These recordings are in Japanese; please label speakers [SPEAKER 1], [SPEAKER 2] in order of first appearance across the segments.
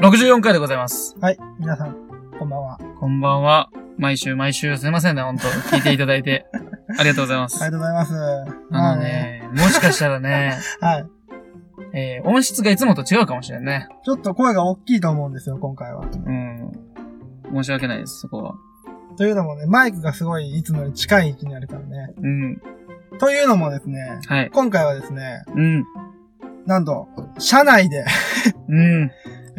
[SPEAKER 1] 64回でございます。
[SPEAKER 2] はい、皆さん、こんばんは。あり
[SPEAKER 1] こんばんは。毎週毎週すいませんね、ほんと。聞いていただいて。 ありがとうございます。
[SPEAKER 2] がとうございます。
[SPEAKER 1] あの。ね、もしかしたらね、
[SPEAKER 2] はい。
[SPEAKER 1] えー音質がいつもと違うかもしれんね。
[SPEAKER 2] ちょっと声が大きいと思うんですよ、今回は。
[SPEAKER 1] うん。申し訳ないです、そこは。
[SPEAKER 2] というのもね、マイクがすごいいつもより近い位置にあるからね。
[SPEAKER 1] うん。
[SPEAKER 2] というのもですね、
[SPEAKER 1] はい。
[SPEAKER 2] 今回はですね、
[SPEAKER 1] うん。
[SPEAKER 2] なんと、車内で、
[SPEAKER 1] うん。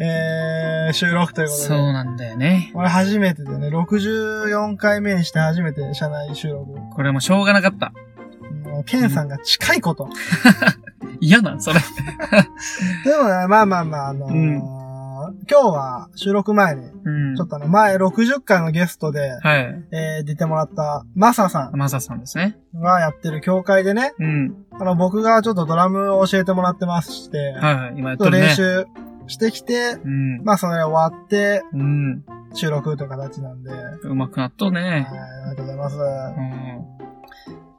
[SPEAKER 2] えー、収録ということで。
[SPEAKER 1] そうなんだよね。
[SPEAKER 2] 俺初めてでね、64回目にして初めて車内収録。
[SPEAKER 1] これもしょうがなかった。
[SPEAKER 2] もう、ケンさんが近いこと。
[SPEAKER 1] 嫌なんそれ。
[SPEAKER 2] でもね、まあまあまあ、あのー
[SPEAKER 1] うん
[SPEAKER 2] 今日は収録前に、
[SPEAKER 1] うん
[SPEAKER 2] ちょ。っとあの、前60回のゲストで、
[SPEAKER 1] はい。
[SPEAKER 2] えー、出てもらった、マサさ
[SPEAKER 1] マサさんですね。
[SPEAKER 2] んがやってる教会でね、
[SPEAKER 1] うん。
[SPEAKER 2] あの、僕がちょっとドラムを教えてもらってまして、
[SPEAKER 1] はいはい。今やっ
[SPEAKER 2] ちょ
[SPEAKER 1] と
[SPEAKER 2] っと
[SPEAKER 1] るね。
[SPEAKER 2] 練習してきて、
[SPEAKER 1] うん。
[SPEAKER 2] まあそれ終わって
[SPEAKER 1] うん。
[SPEAKER 2] 収録という形なんで、はい、
[SPEAKER 1] うまくなっとう
[SPEAKER 2] あり
[SPEAKER 1] ね。
[SPEAKER 2] がとうございます。
[SPEAKER 1] うん。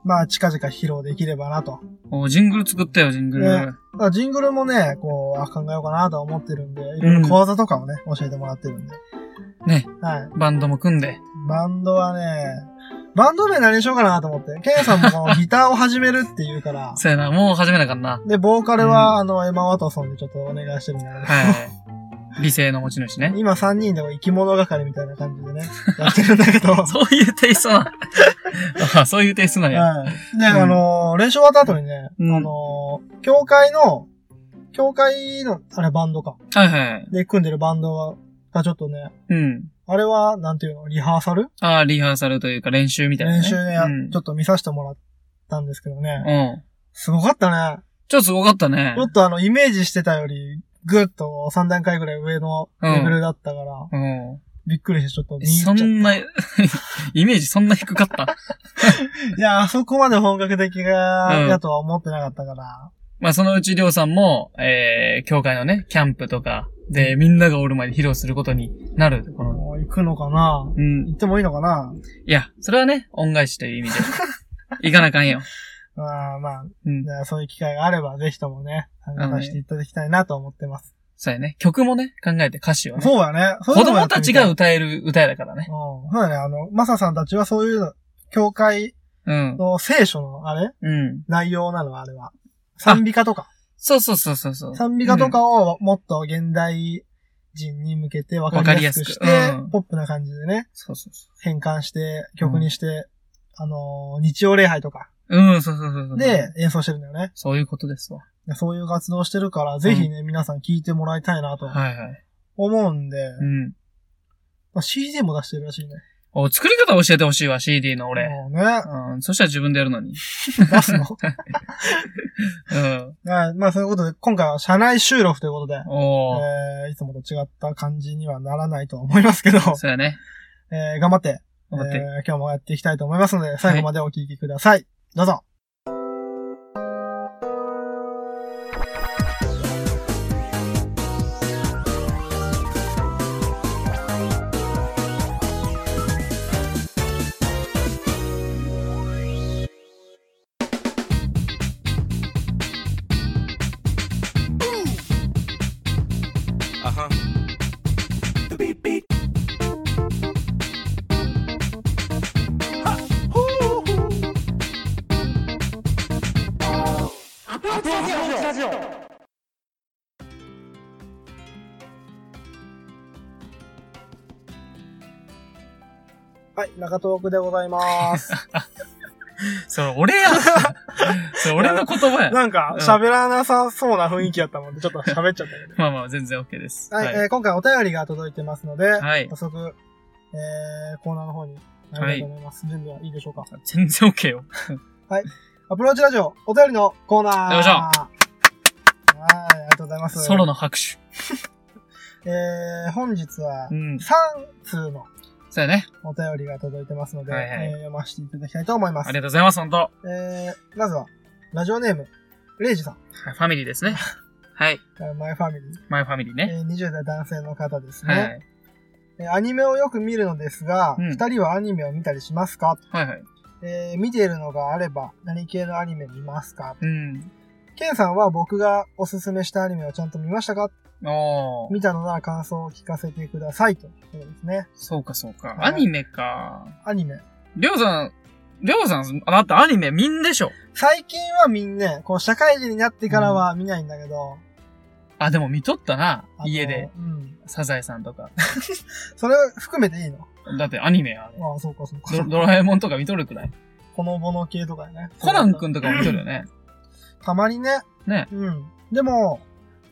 [SPEAKER 2] まあ近々披露できればなと。
[SPEAKER 1] お、ジングル作ったよ、ジングル。
[SPEAKER 2] ねだからジングルもね、こう、あ考えようかなとは思ってるんで、いろいろ講座とかもね、教えてもらってるんで。
[SPEAKER 1] ね。
[SPEAKER 2] はい。
[SPEAKER 1] バンドも組んで。
[SPEAKER 2] バンドはね、バンド名何にしようかなと思って。ケンさんもこのギターを始めるって言うから。
[SPEAKER 1] そうやな、もう始めなあかんな。
[SPEAKER 2] で、ボーカル
[SPEAKER 1] う
[SPEAKER 2] は、あの、エマ・ワトソンでちょっとお願いしてるんだけ
[SPEAKER 1] はい。美声の持ち主 ね
[SPEAKER 2] ど。。今3人でも生き物係みたいな感 じでね、やってるんだけど。
[SPEAKER 1] そういうテイストな。あそういうテイストなんや。
[SPEAKER 2] はい。で、あのー、練習終わった後にね、
[SPEAKER 1] うん
[SPEAKER 2] あのー、教会の、教会の、あれバンドか。
[SPEAKER 1] はいはい。
[SPEAKER 2] で、組んでるバンドがちょっとね、
[SPEAKER 1] うん。
[SPEAKER 2] あれは、なんていうの、リハーサル
[SPEAKER 1] ああ、リハーサルというか練習みたいな、ね。
[SPEAKER 2] 練習でや、
[SPEAKER 1] うん。
[SPEAKER 2] ちょっと見させてもらったんですけどね。
[SPEAKER 1] うん。
[SPEAKER 2] すごかったね。
[SPEAKER 1] ちょっとすごかったね
[SPEAKER 2] も。っとあの、イメージしてたより、ぐっと3段階ぐらい上のレベルだったから、
[SPEAKER 1] うん。
[SPEAKER 2] びっくりしてちょっと見
[SPEAKER 1] え
[SPEAKER 2] 入っちゃ
[SPEAKER 1] そ
[SPEAKER 2] った。
[SPEAKER 1] んな、 イメージそんな低かった。
[SPEAKER 2] いや、あそこまで本格的が、
[SPEAKER 1] うん
[SPEAKER 2] やとは思ってなかったから。
[SPEAKER 1] まあそのうちりょうさんも、えー、教会のね、キャンプとかでみんながおる前で披露することになる。この、
[SPEAKER 2] もう行くのかな
[SPEAKER 1] うん。
[SPEAKER 2] 行ってもいいのかない
[SPEAKER 1] や、それはね、恩返しと いう意味で。行かなあかんよ。
[SPEAKER 2] あーまあ、
[SPEAKER 1] うん
[SPEAKER 2] じ。ゃあそういう機会があれば、ぜひともね、参加させていただきたいなと思ってます。
[SPEAKER 1] そうやね。曲もね、考えて歌詞をね。
[SPEAKER 2] そうだね。そう
[SPEAKER 1] 子
[SPEAKER 2] いうのもや
[SPEAKER 1] 供
[SPEAKER 2] って
[SPEAKER 1] た
[SPEAKER 2] み
[SPEAKER 1] ち
[SPEAKER 2] い
[SPEAKER 1] が歌える歌だからね。
[SPEAKER 2] うん。そうだね。あの、マサさんたちはそういうの、教会
[SPEAKER 1] うん。
[SPEAKER 2] の聖書の、あれ
[SPEAKER 1] うん。
[SPEAKER 2] 内容なのあれは。賛美歌とか。
[SPEAKER 1] そうそうそうそうそう。
[SPEAKER 2] 賛美歌とかをもっと現代人に向けて分かりやすくして、
[SPEAKER 1] わかりやすくうん
[SPEAKER 2] ポップな感じでね、
[SPEAKER 1] そうそうそ
[SPEAKER 2] 変換して、曲にして、あのー日曜礼拝とか
[SPEAKER 1] う。うん、そうそうそうそう。、
[SPEAKER 2] で演奏してるんだよね。
[SPEAKER 1] そういうことですわ。
[SPEAKER 2] そういう活動をしてるから、ぜひね、皆さん聴いてもらいたいなと
[SPEAKER 1] はいはい。
[SPEAKER 2] 思うんで、
[SPEAKER 1] うん。
[SPEAKER 2] まあ CD も出してるらしいね。
[SPEAKER 1] お、作り方教えてほしいわ、CD の俺。
[SPEAKER 2] もうね、
[SPEAKER 1] うん。そしたら自分でやるのに。
[SPEAKER 2] 出すの。
[SPEAKER 1] うん。
[SPEAKER 2] はいまあそういうことで、今回は社内収録ということで、
[SPEAKER 1] おー。
[SPEAKER 2] えー、いつもと違った感じにはならないとは思いますけど、
[SPEAKER 1] そうやね。
[SPEAKER 2] えー、頑張って
[SPEAKER 1] 頑張って。
[SPEAKER 2] えー今日もやっていきたいと思いますので、最後までお聞きください。どうぞ。
[SPEAKER 3] Uh-huh.
[SPEAKER 2] はい、中東区でござ います。
[SPEAKER 1] それ 俺やそれ俺の言葉や。
[SPEAKER 2] なんか、喋らなさそうな雰囲気だったもんで、ちょっと喋っちゃったけど。
[SPEAKER 1] まあまあ、全然 OK です。
[SPEAKER 2] はい、えー今回お便りが届いてますので、
[SPEAKER 1] はい
[SPEAKER 2] 早速、えー、コーナーの方に入りたいと思います。準備はいいでしょうか。
[SPEAKER 1] 全然 OK よ。
[SPEAKER 2] アプローチラジオ、お便りのコーナー。
[SPEAKER 1] よいしょ
[SPEAKER 2] はい、ありがとうございます。
[SPEAKER 1] ソロの拍手。
[SPEAKER 2] えー、本日は
[SPEAKER 1] う、ん。
[SPEAKER 2] 3通の
[SPEAKER 1] そうやね。
[SPEAKER 2] お便りが届いてますので、
[SPEAKER 1] はいはい
[SPEAKER 2] えー読ませていただきたいと思いま
[SPEAKER 1] あ
[SPEAKER 2] す
[SPEAKER 1] り。がとうございます、本当
[SPEAKER 2] えー、まずは、ラジオネーム、レイジさん。
[SPEAKER 1] はいファミリーですね。はい。
[SPEAKER 2] えーマイファミリー。
[SPEAKER 1] マイファミリーね。
[SPEAKER 2] えー20代男性の方です
[SPEAKER 1] はい
[SPEAKER 2] ね。。えーアニメをよく見るのですが、
[SPEAKER 1] うん
[SPEAKER 2] 二人はアニメを見たりしますか、
[SPEAKER 1] はいはい。
[SPEAKER 2] えー見ているのがあれば、何系のアニメ見ますか
[SPEAKER 1] うん。
[SPEAKER 2] ケンさんは僕がおすすめしたアニメをちゃんと見ましたか
[SPEAKER 1] おー
[SPEAKER 2] 見たのなら感想を聞かせてくださいということですね。
[SPEAKER 1] そうかそうか。
[SPEAKER 2] は
[SPEAKER 1] ア
[SPEAKER 2] い
[SPEAKER 1] ニメか。
[SPEAKER 2] アニメ。
[SPEAKER 1] りょうさん、りょうさん、あなたアニメ見んでしょ
[SPEAKER 2] 最近はみんな、こう、社会人になってからは見ないんだけど。
[SPEAKER 1] あ、でも見とったな
[SPEAKER 2] あ。の
[SPEAKER 1] 家で。。
[SPEAKER 2] うん。
[SPEAKER 1] サザエさん とか。
[SPEAKER 2] それを含めていいの
[SPEAKER 1] だってアニメや。
[SPEAKER 2] ああ、そうか、そうか。
[SPEAKER 1] ドドラえもんとか見とるくらい。
[SPEAKER 2] このぼの系とかね。
[SPEAKER 1] コナンくんとかも見とるよね。
[SPEAKER 2] たまにね。
[SPEAKER 1] ね。
[SPEAKER 2] うん。でも、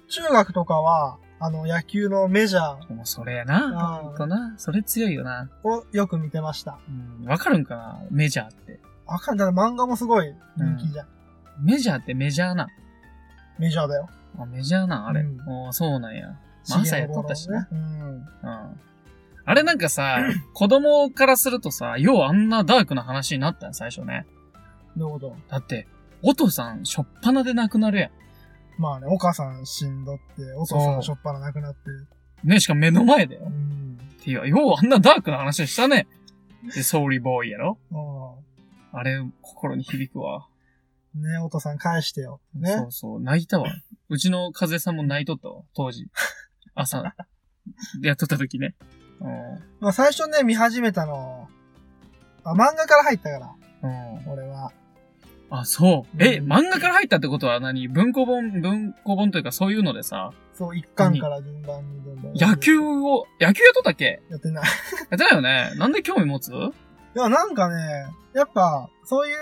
[SPEAKER 2] 中学とかは、あの、野球のメジャー
[SPEAKER 1] でもそれやな。
[SPEAKER 2] うん
[SPEAKER 1] ほんとな。それ強いよな。
[SPEAKER 2] をよく見てました。
[SPEAKER 1] うん。わかるんかなメジャーって。
[SPEAKER 2] あかん、だから漫画もすごい人気じゃん。
[SPEAKER 1] メジャーってメジャーな。
[SPEAKER 2] メジャーだよ。
[SPEAKER 1] あ、メジャーな、あれ。
[SPEAKER 2] うん
[SPEAKER 1] おーそうなんや。まあ朝やっとったしね
[SPEAKER 2] 重野五郎のね。
[SPEAKER 1] うん。あれなんか さ、子供からするとさ、ようあんなダークな話になったん最初ね。
[SPEAKER 2] うん。どういうこと
[SPEAKER 1] だって、お父さん、しょっぱなで亡くなるや
[SPEAKER 2] まあね、お母さん死んどって、お父さんしょっぱな亡くなって。
[SPEAKER 1] ん。ね、しかも目の前だよ
[SPEAKER 2] う。ん。
[SPEAKER 1] っていう、ようあんなダークな話したね。で、ソーリーボーイやろ
[SPEAKER 2] う
[SPEAKER 1] あれ、心に響くわ。
[SPEAKER 2] ん。ね、お父さん返してよ。
[SPEAKER 1] そ
[SPEAKER 2] ね。
[SPEAKER 1] うそう、泣いたわ。うちの風さんも泣いとったわ、当時。朝、 やっとった時ね。う
[SPEAKER 2] まあ最初ね、見始めたの、あ、漫画から入ったから、
[SPEAKER 1] ん。うん。
[SPEAKER 2] 俺は。
[SPEAKER 1] あ、そう。え、
[SPEAKER 2] うん
[SPEAKER 1] 漫画から入ったってことは何文庫本、文庫本というかそういうのでさ、
[SPEAKER 2] そう、一巻から順番にどんどん。
[SPEAKER 1] 野球を、野球やっとったっけ
[SPEAKER 2] やってない。
[SPEAKER 1] やってないよね。なんで興味持つ
[SPEAKER 2] いや、なんかね、やっぱ、そういう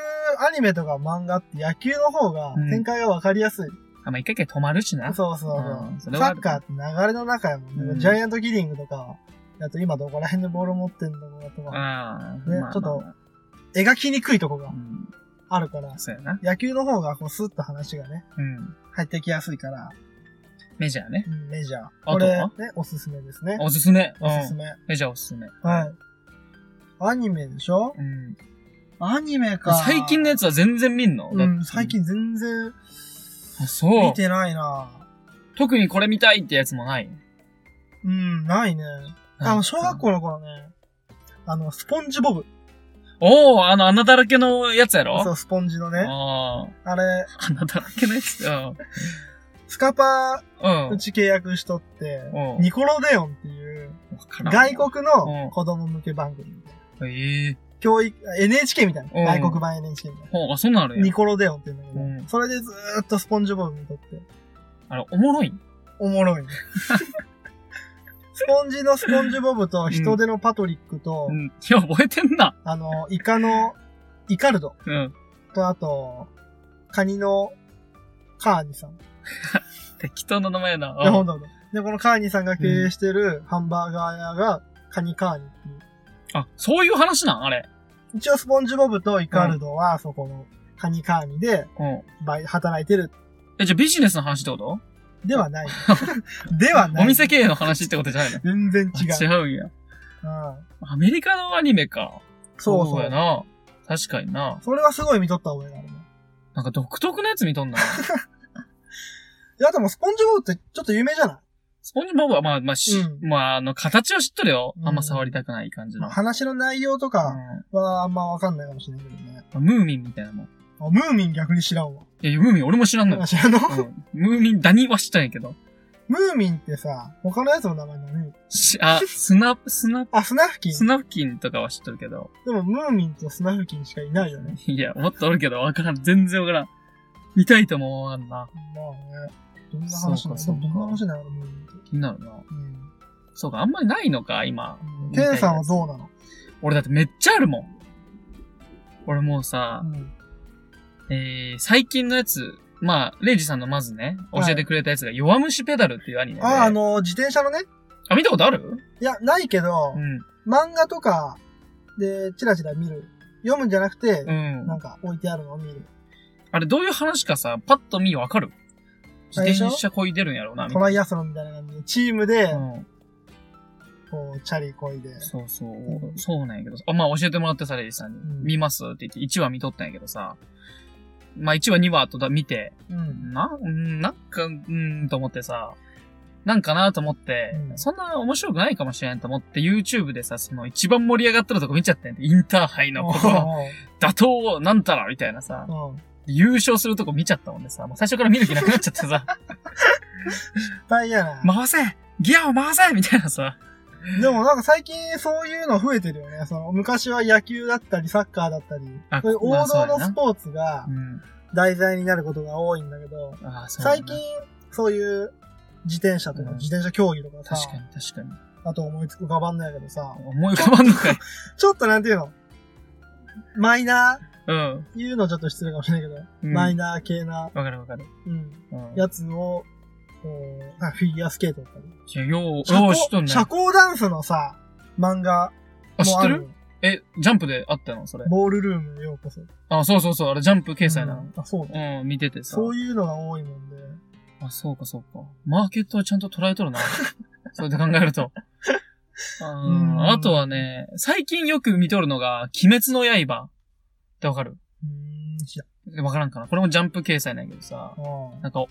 [SPEAKER 2] アニメとか漫画って野球の方が
[SPEAKER 1] うん
[SPEAKER 2] 展開がわかりやすい。
[SPEAKER 1] あ、まあ、一回一回止まるしな。
[SPEAKER 2] そうそう
[SPEAKER 1] うん
[SPEAKER 2] そ。
[SPEAKER 1] そうれは
[SPEAKER 2] サ
[SPEAKER 1] あ
[SPEAKER 2] ッ
[SPEAKER 1] る
[SPEAKER 2] カーって流れの中やもんね。
[SPEAKER 1] うん
[SPEAKER 2] ジャイアントキリングとか、あと今どこら辺でボール持ってんだろう
[SPEAKER 1] う
[SPEAKER 2] と
[SPEAKER 1] ん。
[SPEAKER 2] か、
[SPEAKER 1] まあまあ
[SPEAKER 2] ちょっと描きにくいとこが
[SPEAKER 1] うん
[SPEAKER 2] あるから、
[SPEAKER 1] そうやな。
[SPEAKER 2] 野球の方がこうスッと話がね、
[SPEAKER 1] うん。
[SPEAKER 2] 入ってきやすいから、
[SPEAKER 1] メジャーね
[SPEAKER 2] う。んメジャー。
[SPEAKER 1] とは
[SPEAKER 2] これね、おすすめですね。
[SPEAKER 1] おすすめ。
[SPEAKER 2] おすす
[SPEAKER 1] うん。
[SPEAKER 2] め。
[SPEAKER 1] メジャーおすすめ。
[SPEAKER 2] はい。アニメでしょ
[SPEAKER 1] うん。
[SPEAKER 2] アニメか。
[SPEAKER 1] 最近のやつは全然見んの
[SPEAKER 2] うん、最。近全然
[SPEAKER 1] だってあ、そ
[SPEAKER 2] 見
[SPEAKER 1] う。
[SPEAKER 2] てないな
[SPEAKER 1] 特にこれ見たいってやつもない。
[SPEAKER 2] うん、ないね。あ
[SPEAKER 1] う
[SPEAKER 2] の、
[SPEAKER 1] ん
[SPEAKER 2] 小学校の頃ね、あの、スポンジボブ。
[SPEAKER 1] おー、あの穴だらけのやつやろ
[SPEAKER 2] そう、スポンジのね。
[SPEAKER 1] ああ。
[SPEAKER 2] あれ、
[SPEAKER 1] 穴だらけのやつ。うん。
[SPEAKER 2] スカパ
[SPEAKER 1] うん。
[SPEAKER 2] ーうち契約しとって、
[SPEAKER 1] うん
[SPEAKER 2] ニコロデオンっていう、
[SPEAKER 1] わからん
[SPEAKER 2] 外国
[SPEAKER 1] うん
[SPEAKER 2] の子供向け番組みたいな。
[SPEAKER 1] ええ
[SPEAKER 2] 教育、NHK みたいな。
[SPEAKER 1] うん
[SPEAKER 2] 外国版 NHK みたい
[SPEAKER 1] ほうあ、そんなんあ
[SPEAKER 2] な。
[SPEAKER 1] る
[SPEAKER 2] ニ
[SPEAKER 1] やん。
[SPEAKER 2] コロデオンっていうんだけど、
[SPEAKER 1] うん
[SPEAKER 2] それでずーっとスポンジボブ見とって、
[SPEAKER 1] あれ、おもろいん
[SPEAKER 2] おもろいね。スポンジのスポンジボブと、人手のパトリックと、
[SPEAKER 1] うん。いや、覚えてんな。
[SPEAKER 2] あの、イカの、イカルド
[SPEAKER 1] うん。
[SPEAKER 2] と、あと、カニの、カーニさん。
[SPEAKER 1] 適当な名前やな。
[SPEAKER 2] いや、
[SPEAKER 1] う
[SPEAKER 2] ほ
[SPEAKER 1] ん
[SPEAKER 2] んとほんとで、このカーニさんが経営してるハンバーガー屋が、カニカーニっていう。
[SPEAKER 1] あ、そういう話なんあれ。
[SPEAKER 2] 一応、スポンジボブとイカルドは、そこの、カニカーニで、
[SPEAKER 1] うん。
[SPEAKER 2] バイ働いてる。
[SPEAKER 1] え、じゃあビジネスの話ってこと
[SPEAKER 2] で はない。ではない。
[SPEAKER 1] お店経営の話ってことじゃないの
[SPEAKER 2] 全然違
[SPEAKER 1] あ
[SPEAKER 2] う。
[SPEAKER 1] 違うんや。
[SPEAKER 2] うん、
[SPEAKER 1] アメリカのアニメか。
[SPEAKER 2] そうそう
[SPEAKER 1] やな。確かにな。
[SPEAKER 2] それはすごい見とった覚えがあるね。
[SPEAKER 1] なんか独特なやつ見と んな。
[SPEAKER 2] いや、でも、スポンジボブってちょっと有名じゃない
[SPEAKER 1] スポンジボブはまあまあし、
[SPEAKER 2] うん
[SPEAKER 1] まああの、形は知っとるよ。あん
[SPEAKER 2] う
[SPEAKER 1] ま
[SPEAKER 2] ん
[SPEAKER 1] 触りたくない感じの。
[SPEAKER 2] まあ話の内容とかは、あんまわかんないかもしれないけどね。
[SPEAKER 1] うんムーミンみたいなもん。
[SPEAKER 2] あムーミン逆に知らんわ。
[SPEAKER 1] いや、ムーミン俺も知らんのよ。
[SPEAKER 2] 知らんの
[SPEAKER 1] うんムーミン、ダニは知ったんやけど。
[SPEAKER 2] ムーミンってさ、他のやつの名前だね。
[SPEAKER 1] しあ、スナ、スナ、
[SPEAKER 2] あ、スナフキン。
[SPEAKER 1] スナフキンとかは知っとるけど。
[SPEAKER 2] でも、ムーミンとスナフキンしかいないよね。
[SPEAKER 1] いや、もっとおるけど、わからん。全然わからん。見たいとも思わんな。
[SPEAKER 2] まあね。どんな話なの
[SPEAKER 1] そうか
[SPEAKER 2] どんな話なのムーミンって。
[SPEAKER 1] 気になるな。
[SPEAKER 2] うん。
[SPEAKER 1] そうか、あんまりないのか、今。
[SPEAKER 2] ケンさんはどうなの
[SPEAKER 1] 俺だってめっちゃあるもん。俺もうさ、
[SPEAKER 2] うん。
[SPEAKER 1] えー、最近のやつ、まあ、レイジさんのまずね、教えてくれたやつが、弱虫ペダルっていうアニメで。
[SPEAKER 2] あ、あ、の、自転車のね。
[SPEAKER 1] あ、見たことある
[SPEAKER 2] いや、ないけど
[SPEAKER 1] う、ん。
[SPEAKER 2] 漫画とかでチラチラ見る。読むんじゃなくて
[SPEAKER 1] う、ん
[SPEAKER 2] な。んか置いてあるのを見る。
[SPEAKER 1] あれ、どういう話かさ、パッと見わかる自
[SPEAKER 2] あれでしょ
[SPEAKER 1] 転車こいでるんやろうな、み
[SPEAKER 2] ト
[SPEAKER 1] たいな
[SPEAKER 2] ライアスロンみたいな感じで、チームで、
[SPEAKER 1] うん。
[SPEAKER 2] こう、チャリこいで。
[SPEAKER 1] そうそう。そうなんやけど。あ、まあ教えてもらってさ、レイジさんに。
[SPEAKER 2] うん
[SPEAKER 1] 見ますって言って、1話見とったんやけどさ。まあ1話、2話とだ見て、
[SPEAKER 2] うん。
[SPEAKER 1] な、うんなんか、うーん、と思ってさ、なんかなと思って、
[SPEAKER 2] うん
[SPEAKER 1] そんな面白くないかもしれんと思って、YouTube でさ、その一番盛り上がってるとこ見ちゃったんやてインターハイのこ の、打倒なんたらみたいなさ
[SPEAKER 2] う、ん。うん
[SPEAKER 1] 優勝するとこ見ちゃったもんでさ、もう最初から見る気なくなっちゃってさ、
[SPEAKER 2] 敗やな。
[SPEAKER 1] 回せギアを回せみたいなさ。
[SPEAKER 2] でもなんか最近そういうの増えてるよね。その昔は野球だったりサッカーだったり、
[SPEAKER 1] あ
[SPEAKER 2] そういう
[SPEAKER 1] ま
[SPEAKER 2] 王
[SPEAKER 1] あそ
[SPEAKER 2] 道
[SPEAKER 1] うや
[SPEAKER 2] の
[SPEAKER 1] な
[SPEAKER 2] スポーツが
[SPEAKER 1] うん。
[SPEAKER 2] 題材になることが多いんだけど、
[SPEAKER 1] ああ、そうだな
[SPEAKER 2] 最近そういう自転車とか
[SPEAKER 1] うん
[SPEAKER 2] 自転車競技とか
[SPEAKER 1] 確
[SPEAKER 2] さ
[SPEAKER 1] か、に確かに。
[SPEAKER 2] あと思いつく浮かばんないけどさ、
[SPEAKER 1] 思い浮かばんのか い。
[SPEAKER 2] ちょっとなんていうのマイナ
[SPEAKER 1] うん。
[SPEAKER 2] ー、言うのちょっと失礼かもしれないけど、
[SPEAKER 1] うん
[SPEAKER 2] マイナー系な、
[SPEAKER 1] わかるわかる。
[SPEAKER 2] うん、
[SPEAKER 1] うん。
[SPEAKER 2] やつを、こうなんかフィギュアスケートだったり。
[SPEAKER 1] いやよう、
[SPEAKER 2] 社
[SPEAKER 1] よう知っとん
[SPEAKER 2] 交
[SPEAKER 1] ね。
[SPEAKER 2] 社交ダンスのさ、漫画
[SPEAKER 1] あ、知
[SPEAKER 2] も
[SPEAKER 1] っ
[SPEAKER 2] あ
[SPEAKER 1] て
[SPEAKER 2] る
[SPEAKER 1] るえ、ジャンプであったのそれ。
[SPEAKER 2] ボールルームへようこそ。
[SPEAKER 1] あ、そうそうそう。あれ、ジャンプ掲載な
[SPEAKER 2] うんあ、そうだ。
[SPEAKER 1] の。うん、見ててさ。
[SPEAKER 2] そういうのが多いもんで。
[SPEAKER 1] あ、そうかそうか。マーケットはちゃんと捉えと るな。それで考えると。
[SPEAKER 2] う
[SPEAKER 1] あ
[SPEAKER 2] ん
[SPEAKER 1] ーあとはね、最近よく見とるのが、鬼滅の刃ってわかる
[SPEAKER 2] うーん、知らん。
[SPEAKER 1] わからんかなこれもジャンプ掲載なんやけどさ、
[SPEAKER 2] ああ
[SPEAKER 1] なんか、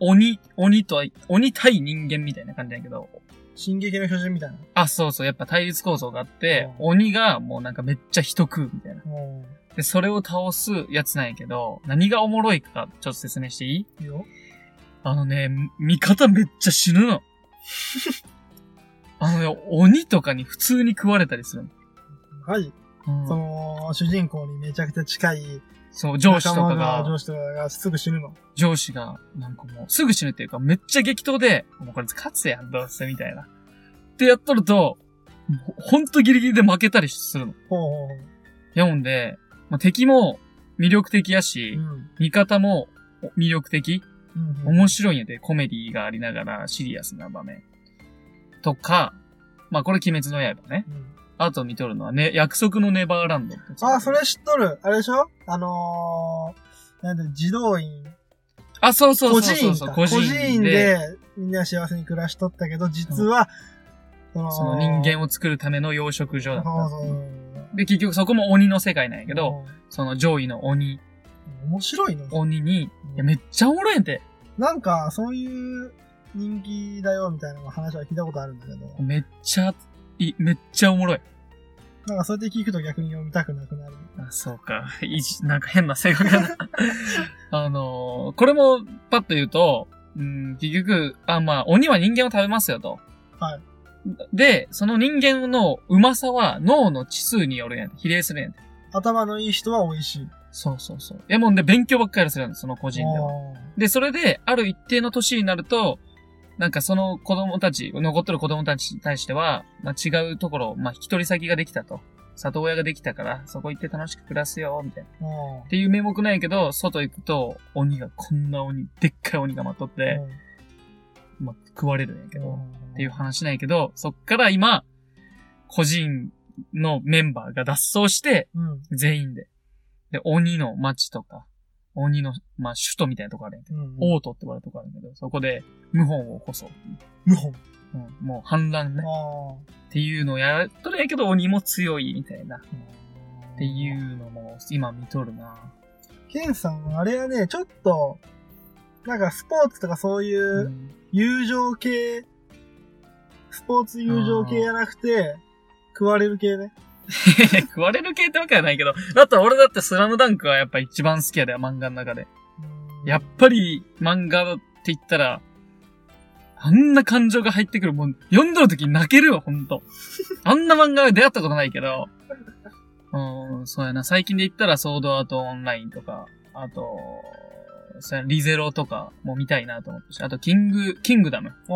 [SPEAKER 1] 鬼、鬼とは、鬼対人間みたいな感じだけど、
[SPEAKER 2] 進撃の巨人みたいな。
[SPEAKER 1] あ、そうそう、やっぱ対立構造があって、
[SPEAKER 2] う
[SPEAKER 1] 鬼がもうなんかめっちゃ人食うみたいな。
[SPEAKER 2] うん。
[SPEAKER 1] で、それを倒すやつなんやけど、何がおもろいかちょっと説明していい
[SPEAKER 2] いいよ。
[SPEAKER 1] あのね、味方めっちゃ死ぬ の。あのね、鬼とかに普通に食われたりする
[SPEAKER 2] はい。
[SPEAKER 1] の。
[SPEAKER 2] その、主人公にめちゃくちゃ近い
[SPEAKER 1] そう、上司と
[SPEAKER 2] 仲
[SPEAKER 1] か
[SPEAKER 2] 間
[SPEAKER 1] が、
[SPEAKER 2] 上司とかがすぐ死ぬの。
[SPEAKER 1] 上司が、なんかもう、すぐ死ぬっていうか、めっちゃ激闘で、もうこれ勝つやん、どうせ、みたいな。ってやっとると、ほほんとギリギリで負けたりするの。
[SPEAKER 2] ほうほうほう。
[SPEAKER 1] やもんで、まあ、敵も魅力的やし、
[SPEAKER 2] うん。
[SPEAKER 1] 味方も魅力的
[SPEAKER 2] うんうん。
[SPEAKER 1] 面白いんやで、コメディがありながらシリアスな場面。とか、まあこれ鬼滅の刃ね。
[SPEAKER 2] うん
[SPEAKER 1] あと見とるのはね、約束のネバーランドってやつ
[SPEAKER 2] あ、それ知っとる。あれでしょあのー、なんで、児童院。
[SPEAKER 1] あ、そうそう
[SPEAKER 2] 個
[SPEAKER 1] そう
[SPEAKER 2] 人
[SPEAKER 1] そう
[SPEAKER 2] 院
[SPEAKER 1] そう
[SPEAKER 2] か。
[SPEAKER 1] 個
[SPEAKER 2] 個
[SPEAKER 1] 人
[SPEAKER 2] 人
[SPEAKER 1] で、
[SPEAKER 2] で、みんな幸せに暮らしとったけど、実は、その
[SPEAKER 1] その人間を作るための養殖場だった
[SPEAKER 2] そうそうそう。
[SPEAKER 1] で、結局そこも鬼の世界なんやけど、
[SPEAKER 2] う
[SPEAKER 1] その上位の鬼、
[SPEAKER 2] ん、面白いの
[SPEAKER 1] 鬼に、いやめっちゃおもろいんやて。
[SPEAKER 2] なんか、そういう人気だよみたいな話は聞いたことあるんだけど、
[SPEAKER 1] めっちゃ、い、めっちゃおもろい。
[SPEAKER 2] なんかそれで聞くと逆に読みたくなくなる。
[SPEAKER 1] あそうか。いじ、なんか変な性格だ な。あのーこれもパッと言うと、うん、結局、あ、まあ、鬼は人間を食べますよと。
[SPEAKER 2] はい。
[SPEAKER 1] で、その人間のうまさは脳の知数によるやん。比例するやん。
[SPEAKER 2] 頭のいい人は美味しい。
[SPEAKER 1] そうそうそう。え、もんで勉強ばっかりするやん、その個人では。
[SPEAKER 2] あ
[SPEAKER 1] で、それで、ある一定の年になると、なんかその子供たち、残ってる子供たちに対しては、まあ、違うところ、まあ、引き取り先ができたと。里親ができたから、そこ行って楽しく暮らすよ、みたいな。
[SPEAKER 2] ーあ
[SPEAKER 1] っていう名目なんやけど、外行くと、鬼が、こんな鬼、でっかい鬼がまとっ
[SPEAKER 2] ー。
[SPEAKER 1] て、
[SPEAKER 2] うん
[SPEAKER 1] まあ、食われるんやけど、っていう話なんやけど、そっから今、個人のメンバーが脱走して、
[SPEAKER 2] うん。
[SPEAKER 1] 全員で。で、鬼の町とか、鬼の、まあ、首都みたいなとこあるんやけど、
[SPEAKER 2] うん。
[SPEAKER 1] 王都って言われるとこあるんやけど、そこで、謀反を起こそうっていう
[SPEAKER 2] 無本。
[SPEAKER 1] うん、もう反乱ね。
[SPEAKER 2] あ
[SPEAKER 1] っていうのをやっとるんやけど、鬼も強いみたいな。っ
[SPEAKER 2] あ。
[SPEAKER 1] てい。うのも、今見とるな。
[SPEAKER 2] ケンさんはあれはね、ちょっと、なんかスポーツとかそういううん友情系、スポーツ友情系じゃなくて、食われる系ね。
[SPEAKER 1] いや 食われる系ってわけはないけど、だって俺だってスラムダンクはやっぱ一番好きやで、漫画の中で。
[SPEAKER 2] うん
[SPEAKER 1] やっぱり漫画って言ったら、あんな感情が入ってくる。もう読んどる時泣けるよ、ほんと。あんな漫画出会ったことないけど。うん、そうやな。最近で言ったらソードアートオンラインとか、あと、そうやなリゼロとかも見たいなと思ったし、あとキング、キングダム。
[SPEAKER 2] ああ。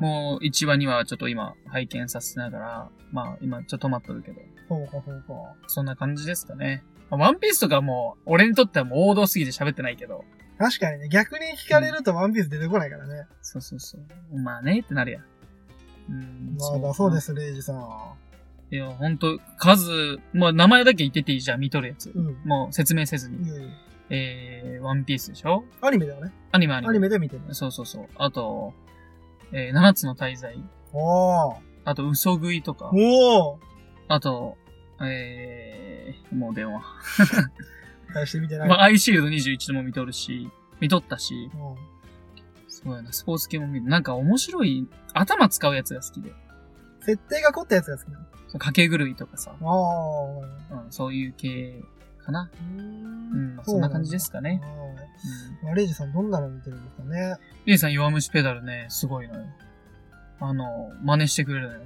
[SPEAKER 1] もう1話2話ちょっと今拝見させながら、まあ今ちょっと止まっとるけど。
[SPEAKER 2] そうか、そうか。
[SPEAKER 1] そんな感じですかね。まあワンピースとかもう、俺にとってはもう王道すぎて喋ってないけど。
[SPEAKER 2] 確かにね、逆に聞かれるとワンピース出てこないからね。
[SPEAKER 1] そうそうそう。まあねってなるやん。うん。
[SPEAKER 2] まあだそうで。す、レイジさん。
[SPEAKER 1] いや、ほんと、数、まあ名前だけ言ってていいじゃん、見とるやつ
[SPEAKER 2] う。ん。
[SPEAKER 1] もう説明せずに。
[SPEAKER 2] いやいや
[SPEAKER 1] えー、ワンピースでしょ
[SPEAKER 2] アニメだよね。
[SPEAKER 1] アニメアニメ。
[SPEAKER 2] アニメで見てる。
[SPEAKER 1] そうそうそう。あと、えー、七つの大罪。
[SPEAKER 2] おー。
[SPEAKER 1] あと、嘘食いとか。
[SPEAKER 2] おー
[SPEAKER 1] あと、えー、もう電話。
[SPEAKER 2] 大して見てない。
[SPEAKER 1] まあ、アイシールド21も見とるし、見とったし。
[SPEAKER 2] うん
[SPEAKER 1] そうやな、スポーツ系も見る。なんか面白い、頭使うやつが好きで。
[SPEAKER 2] 設定が凝ったやつが好きな
[SPEAKER 1] 掛け狂いとかさ、
[SPEAKER 2] の。あ
[SPEAKER 1] うん、そういう系かな。
[SPEAKER 2] うん
[SPEAKER 1] そんな感じですかね。
[SPEAKER 2] はい
[SPEAKER 1] うん。
[SPEAKER 2] まあ、レイジさんどんなの見てるんですかね。
[SPEAKER 1] リエさん弱虫ペダルね、すごいのよ。あの、真似してくれるのよ。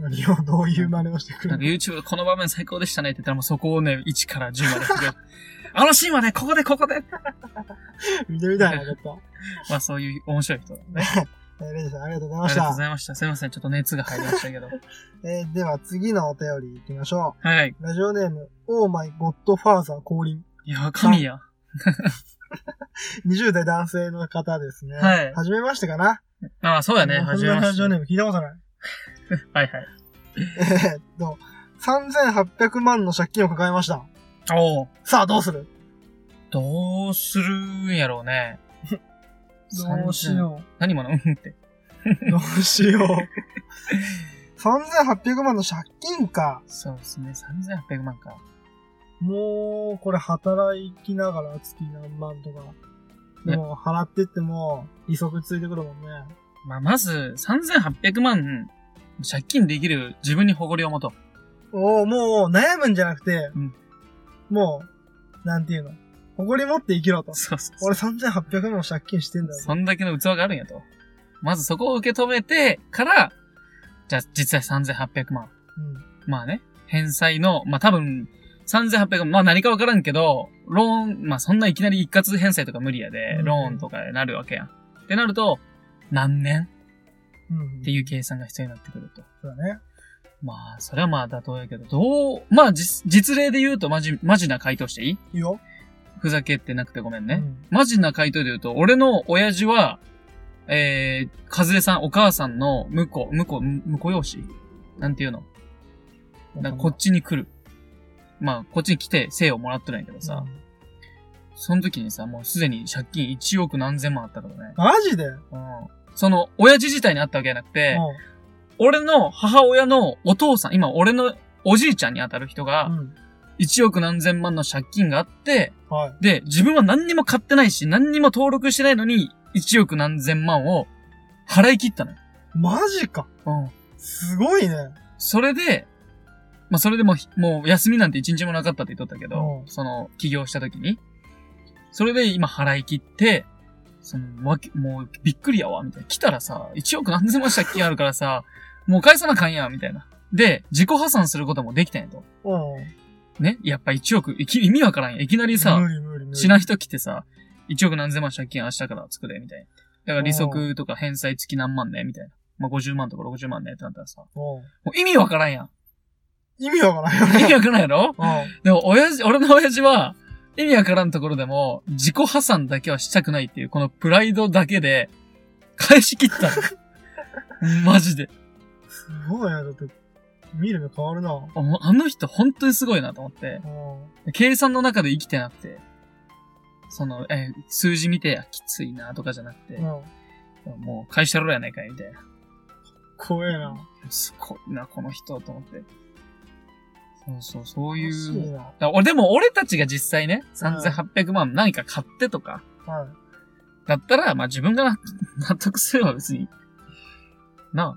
[SPEAKER 2] 何をどういう真似をしてく
[SPEAKER 1] な
[SPEAKER 2] る
[SPEAKER 1] ん
[SPEAKER 2] の
[SPEAKER 1] か YouTube でこの場面最高でしたねって言ったらもうそこをね、1から10まで 振る。あのシーンはね、ここでここで
[SPEAKER 2] 見てみたいな、ちょっと。
[SPEAKER 1] まあそういう面白い人だね。
[SPEAKER 2] えーレイジさんありがとうござい
[SPEAKER 1] あ
[SPEAKER 2] ま
[SPEAKER 1] り
[SPEAKER 2] し
[SPEAKER 1] がとうご
[SPEAKER 2] た。
[SPEAKER 1] ざいました。すいません、ちょっと熱が入りましたけど。
[SPEAKER 2] えーでは次のお便り行きましょ
[SPEAKER 1] はい。
[SPEAKER 2] う。ラジオネーム、オーマイゴッドファーザー降臨。
[SPEAKER 1] いや、神や。
[SPEAKER 2] 20代男性の方ですね。
[SPEAKER 1] はい
[SPEAKER 2] はじめましてかな。
[SPEAKER 1] ああ、そうやね。
[SPEAKER 2] こん
[SPEAKER 1] はじめ
[SPEAKER 2] な
[SPEAKER 1] ま
[SPEAKER 2] ラ
[SPEAKER 1] して。
[SPEAKER 2] ジオ
[SPEAKER 1] はい
[SPEAKER 2] ネーム聞いたことない。
[SPEAKER 1] はい。
[SPEAKER 2] えーっと、3800万の借金を抱えました。
[SPEAKER 1] おお
[SPEAKER 2] さあ、どうする
[SPEAKER 1] どうするんやろうね。
[SPEAKER 2] どうしよ
[SPEAKER 1] う。何ものうんって。
[SPEAKER 2] う。どうし よう。3800万の借金か。
[SPEAKER 1] そうですね。3800万か。
[SPEAKER 2] もう、これ働きながら月何万とか。でも、払ってっても、利息ついてくるもんね。
[SPEAKER 1] まあ、まず、3800万、借金できる自分に誇りを持とう。
[SPEAKER 2] おおもう、悩むんじゃなくて、
[SPEAKER 1] うん
[SPEAKER 2] もう、なんていうの。誇り持って生きろと。
[SPEAKER 1] そうそうそう
[SPEAKER 2] 俺3800万も借金してんだよ。
[SPEAKER 1] そんだけの器があるんやと。まずそこを受け止めてから、じゃあ実際3800万。
[SPEAKER 2] うん。
[SPEAKER 1] まあね、返済の、まあ多分、3800万、まあ何かわからんけど、ローン、まあそんないきなり一括返済とか無理やで
[SPEAKER 2] う、ん
[SPEAKER 1] ローンとかになるわけやん。ってなると、何年
[SPEAKER 2] うん。
[SPEAKER 1] っていう計算が必要になってくると。
[SPEAKER 2] そうだね。
[SPEAKER 1] まあ、それはまあ妥当やけど、どう、まあ実実例で言うとマジ、マジな回答していい
[SPEAKER 2] いいよ。
[SPEAKER 1] ふざけてなくてごめん
[SPEAKER 2] う
[SPEAKER 1] ね。
[SPEAKER 2] ん
[SPEAKER 1] マジな回答で言うと、俺の親父は、えー、和江さん、お母さんの婿、婿、婿養子なんていうのなんかこっちに来る。まあ、こっちに来て、生をもらってるんやけどさ、その時にさ、もうすでに借金1億何千万あったからね。
[SPEAKER 2] マジで
[SPEAKER 1] うん。その、親父自体にあったわけじゃなくて、
[SPEAKER 2] う
[SPEAKER 1] 俺の母親のお父さん、今俺のおじいちゃんに当たる人が
[SPEAKER 2] ん。、うん。
[SPEAKER 1] 1億何千万の借金があって、
[SPEAKER 2] はい。
[SPEAKER 1] で、自分は何にも買ってないし、何にも登録してないのに、1億何千万を払い切ったのよ。
[SPEAKER 2] マジか。
[SPEAKER 1] うん。
[SPEAKER 2] すごいね。
[SPEAKER 1] それで、まあ、それでも、もう休みなんて一日もなかったって言っとったけど、
[SPEAKER 2] うん
[SPEAKER 1] その、起業した時に。それで今払い切って、その、わけ、もうびっくりやわ、みたいな。来たらさ、1億何千万借金あるからさ、もう返さなあかんやん、みたいな。で、自己破産することもできたんやと。
[SPEAKER 2] う
[SPEAKER 1] ねやっぱ1億、いき意味わからんやん。いきなり
[SPEAKER 2] ん。
[SPEAKER 1] さ、
[SPEAKER 2] 無理無理無理。
[SPEAKER 1] しない人来てさ、1億何千万借金明日から作れ、みたいな。だから利息とか返済月何万ね、みたいな。まあ、50万とか60万ね、ってなったらさ、
[SPEAKER 2] うん
[SPEAKER 1] もう意味わからんやん。
[SPEAKER 2] 意味わからんよ
[SPEAKER 1] 意味
[SPEAKER 2] ね。
[SPEAKER 1] わからんやろ
[SPEAKER 2] う
[SPEAKER 1] でも、親父、俺の親父は、意味わからんところでも、自己破産だけはしたくないっていう、このプライドだけで、返し切った の。マジで。
[SPEAKER 2] ん。すごいな、ちょっと。見る目変わるな。
[SPEAKER 1] あもうあの人本当にすごいなと思って。
[SPEAKER 2] うん。
[SPEAKER 1] 計算の中で生きてなくて。その、え、数字見て、あきついなとかじゃなくて、
[SPEAKER 2] うん。
[SPEAKER 1] もう会社ろやないかい、みたいな。
[SPEAKER 2] 怖えな。
[SPEAKER 1] すごいな、この人、と思って。そうそう、そう
[SPEAKER 2] 欲し
[SPEAKER 1] い。
[SPEAKER 2] いうな。
[SPEAKER 1] だ俺、でも俺たちが実際ね、3800万何か買ってとか、
[SPEAKER 2] はい。
[SPEAKER 1] だったら、まあ自分が 納得すれば別に。なあ。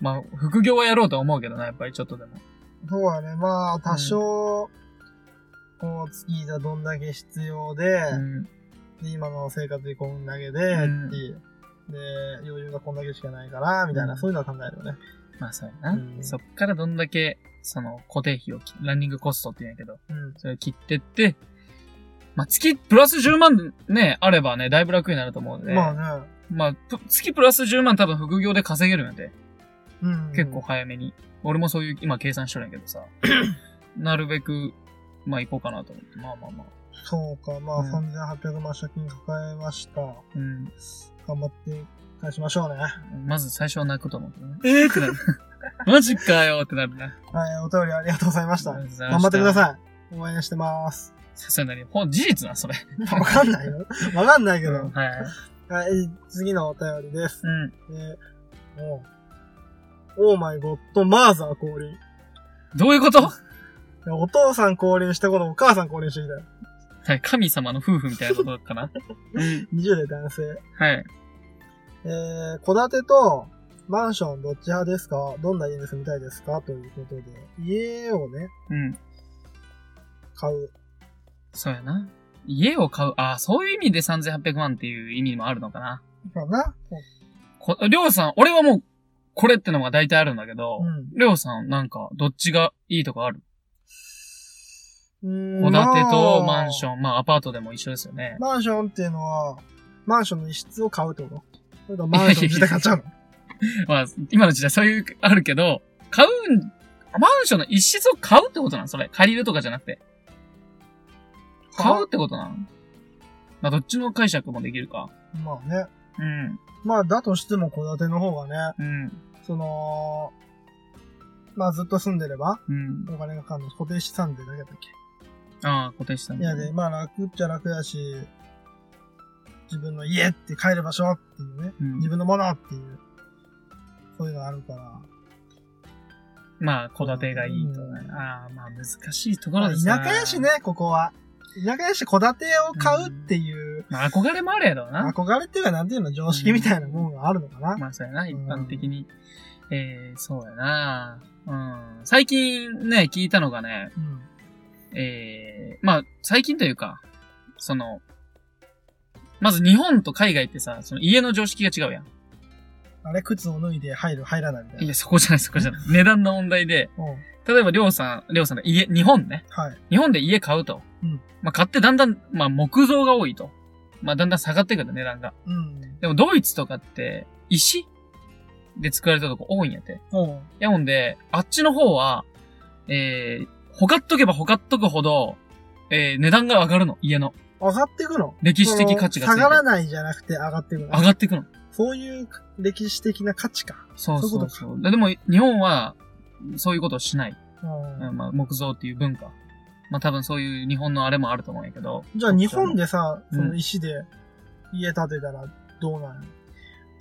[SPEAKER 1] まあ、副業はやろうとは思うけどな、やっぱりちょっとでも。
[SPEAKER 2] そうだね。まあ、多少、こう、月がどんだけ必要で、
[SPEAKER 1] うん。
[SPEAKER 2] で今の生活にこんだけで、
[SPEAKER 1] ん
[SPEAKER 2] っていうで、余裕がこんだけしかないから、みたいな、
[SPEAKER 1] うん
[SPEAKER 2] そういうのは考えるよね。
[SPEAKER 1] まあそうやな。
[SPEAKER 2] うん
[SPEAKER 1] そっからどんだけ、その、固定費を切、ランニングコストって言うんやけど、
[SPEAKER 2] うん。
[SPEAKER 1] それを切ってって、まあ月プラス10万ね、あればね、だいぶ楽になると思うので。
[SPEAKER 2] まあね。
[SPEAKER 1] まあ、ぷ月プラス10万多分副業で稼げるんやで。
[SPEAKER 2] うん。
[SPEAKER 1] 結構。早めに。俺もそういう、今計算しとるんやけ どさ。なるべく、まあ行こうかなと思って。まあまあまあ。
[SPEAKER 2] そうか。まあ、
[SPEAKER 1] う
[SPEAKER 2] 3800万借金抱えました。
[SPEAKER 1] うん。
[SPEAKER 2] 頑張って返しましょうね。
[SPEAKER 1] まず最初は泣くと思うけどね。ええってなる。 マジかよってなるな。
[SPEAKER 2] はい、お便りありがとうございました。
[SPEAKER 1] 頑
[SPEAKER 2] 頑張ってくだ
[SPEAKER 1] い
[SPEAKER 2] さい。応援してます。
[SPEAKER 1] ました。さすがに、ほん、事実な、それ。
[SPEAKER 2] わかんないよ。わかんないけど。
[SPEAKER 1] うんはい。
[SPEAKER 2] はい、次のお便りです。
[SPEAKER 1] うん。
[SPEAKER 2] えー、もう、オーマイゴッドマーザー降臨。
[SPEAKER 1] どういうこと
[SPEAKER 2] お父さん降臨したことお母さん降臨してきたよ。
[SPEAKER 1] はい。神様の夫婦みたいなことか な。うん。
[SPEAKER 2] 20代男性。
[SPEAKER 1] はい。
[SPEAKER 2] えー、戸建てとマンションどっち派ですかどんな家に住みたいですかということで、家をね、
[SPEAKER 1] うん。
[SPEAKER 2] 買う
[SPEAKER 1] そうやな。家を買う。ああ、そういう意味で3800万っていう意味もあるのかな。
[SPEAKER 2] そうな。
[SPEAKER 1] こりょうさん、俺はもう、これってのが大体あるんだけど、
[SPEAKER 2] うん。
[SPEAKER 1] りょうさん、なんか、どっちがいいとかある
[SPEAKER 2] うん
[SPEAKER 1] 戸建てとマンシ
[SPEAKER 2] ン。
[SPEAKER 1] ョン、まあアパートでも一緒ですよね。
[SPEAKER 2] マンションっていうのは、マンションの一室を買うってことそれともマンション自体買っちゃうの
[SPEAKER 1] まあ、今の時代そういう、あるけど、買うん、マンションの一室を買うってことなんそれ。借りるとかじゃなくて。 買うってことなんまあ、どっちの解釈もできるか。
[SPEAKER 2] まあね。
[SPEAKER 1] うん。
[SPEAKER 2] まあ、だとしても戸建ての方がね、
[SPEAKER 1] うん。
[SPEAKER 2] その、まあずっと住んでれば、
[SPEAKER 1] うん。
[SPEAKER 2] お金がかかるの固定資産でだけだっけ。
[SPEAKER 1] ああ、固定したん
[SPEAKER 2] いやで、まあ楽っちゃ楽やし、自分の家って帰る場所っていうね、
[SPEAKER 1] うん
[SPEAKER 2] 自分のものっていう、そういうのがあるから、
[SPEAKER 1] まあ、戸建てがいいとね。
[SPEAKER 2] うん
[SPEAKER 1] ああ、まあ、難しいとこ
[SPEAKER 2] ま
[SPEAKER 1] ろ
[SPEAKER 2] あ
[SPEAKER 1] です
[SPEAKER 2] 田舎やしね。、ここは。田舎やし、戸建てを買うっていう、
[SPEAKER 1] まあ、憧れもあるやろうな。
[SPEAKER 2] 憧れっていうか、なんていうの、常識みたいなもんがあるのかな。
[SPEAKER 1] まあ、そうやな、
[SPEAKER 2] ん
[SPEAKER 1] 一般的に。えー、そうやな。うん。最近ね、聞いたのがね、
[SPEAKER 2] うん。
[SPEAKER 1] えー、まあ、最近というか、その、まず日本と海外ってさ、その家の常識が違うやん。
[SPEAKER 2] あれ、靴を脱いで入る、入らないみたい
[SPEAKER 1] い
[SPEAKER 2] な。
[SPEAKER 1] や、そこじゃない、そこじゃない。値段の問題で、
[SPEAKER 2] うん。
[SPEAKER 1] 例えば、りょうさん、りょうさんの家、日本ね。
[SPEAKER 2] はい。
[SPEAKER 1] 日本で家買うと。
[SPEAKER 2] うん
[SPEAKER 1] まあ、買ってだんだん、まあ、木造が多いと。まあ、だんだん下がってくる値段が。
[SPEAKER 2] うん。
[SPEAKER 1] でも、ドイツとかって、石で作られたとこ多いんやって。
[SPEAKER 2] うん。
[SPEAKER 1] やもんで、あっちの方は、えー、ほかっとけばほかっとくほど、えー、値段が上がるの、家の。
[SPEAKER 2] 上がっていくの
[SPEAKER 1] 歴史的価値がつい
[SPEAKER 2] そ
[SPEAKER 1] て
[SPEAKER 2] の下がらないじゃなくて上がっていく
[SPEAKER 1] 上
[SPEAKER 2] の。
[SPEAKER 1] がっていくの。
[SPEAKER 2] そういう歴史的な価値か。
[SPEAKER 1] そう
[SPEAKER 2] そういう
[SPEAKER 1] そ
[SPEAKER 2] こと
[SPEAKER 1] う
[SPEAKER 2] か
[SPEAKER 1] そう。ででも、日本は、そういうことをしない。
[SPEAKER 2] うん
[SPEAKER 1] うんまあ、木造っていう文化。まあ、多分そういう日本のあれもあると思うんやけど、
[SPEAKER 2] じゃあ日本でさ、
[SPEAKER 1] うん
[SPEAKER 2] その石で家建てたらどうなの、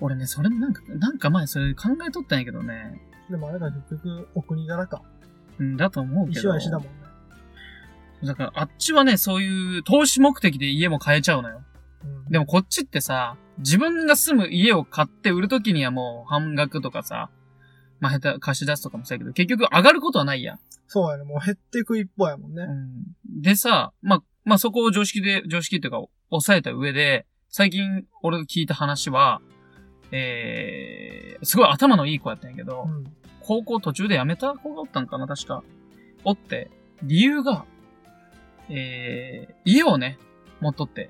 [SPEAKER 1] 俺ね、それもなんか、なんか前それ考えとったんやけどね、
[SPEAKER 2] でもあれが結局お国柄か。
[SPEAKER 1] うん、だと思うけど。
[SPEAKER 2] 石は石だもんね。
[SPEAKER 1] だから、あっちはね、そういう投資目的で家も買えちゃうのよ。
[SPEAKER 2] うん、
[SPEAKER 1] でもこっちってさ、自分が住む家を買って売るときにはもう半額とかさ、まあ、下手、貸し出すとかもそうやけど、結局上がることはないやん。
[SPEAKER 2] そうやね。もう減ってく一方やもんね。
[SPEAKER 1] うん。でさ、まあ、まあ、そこを常識で、常識っていうか、抑えた上で、最近俺が聞いた話は、えー、すごい頭のいい子やったんやけど
[SPEAKER 2] う、ん。
[SPEAKER 1] 高校途中で辞めた子がおったんかな、確か。おって、理由が、えー、家をね、持っとって、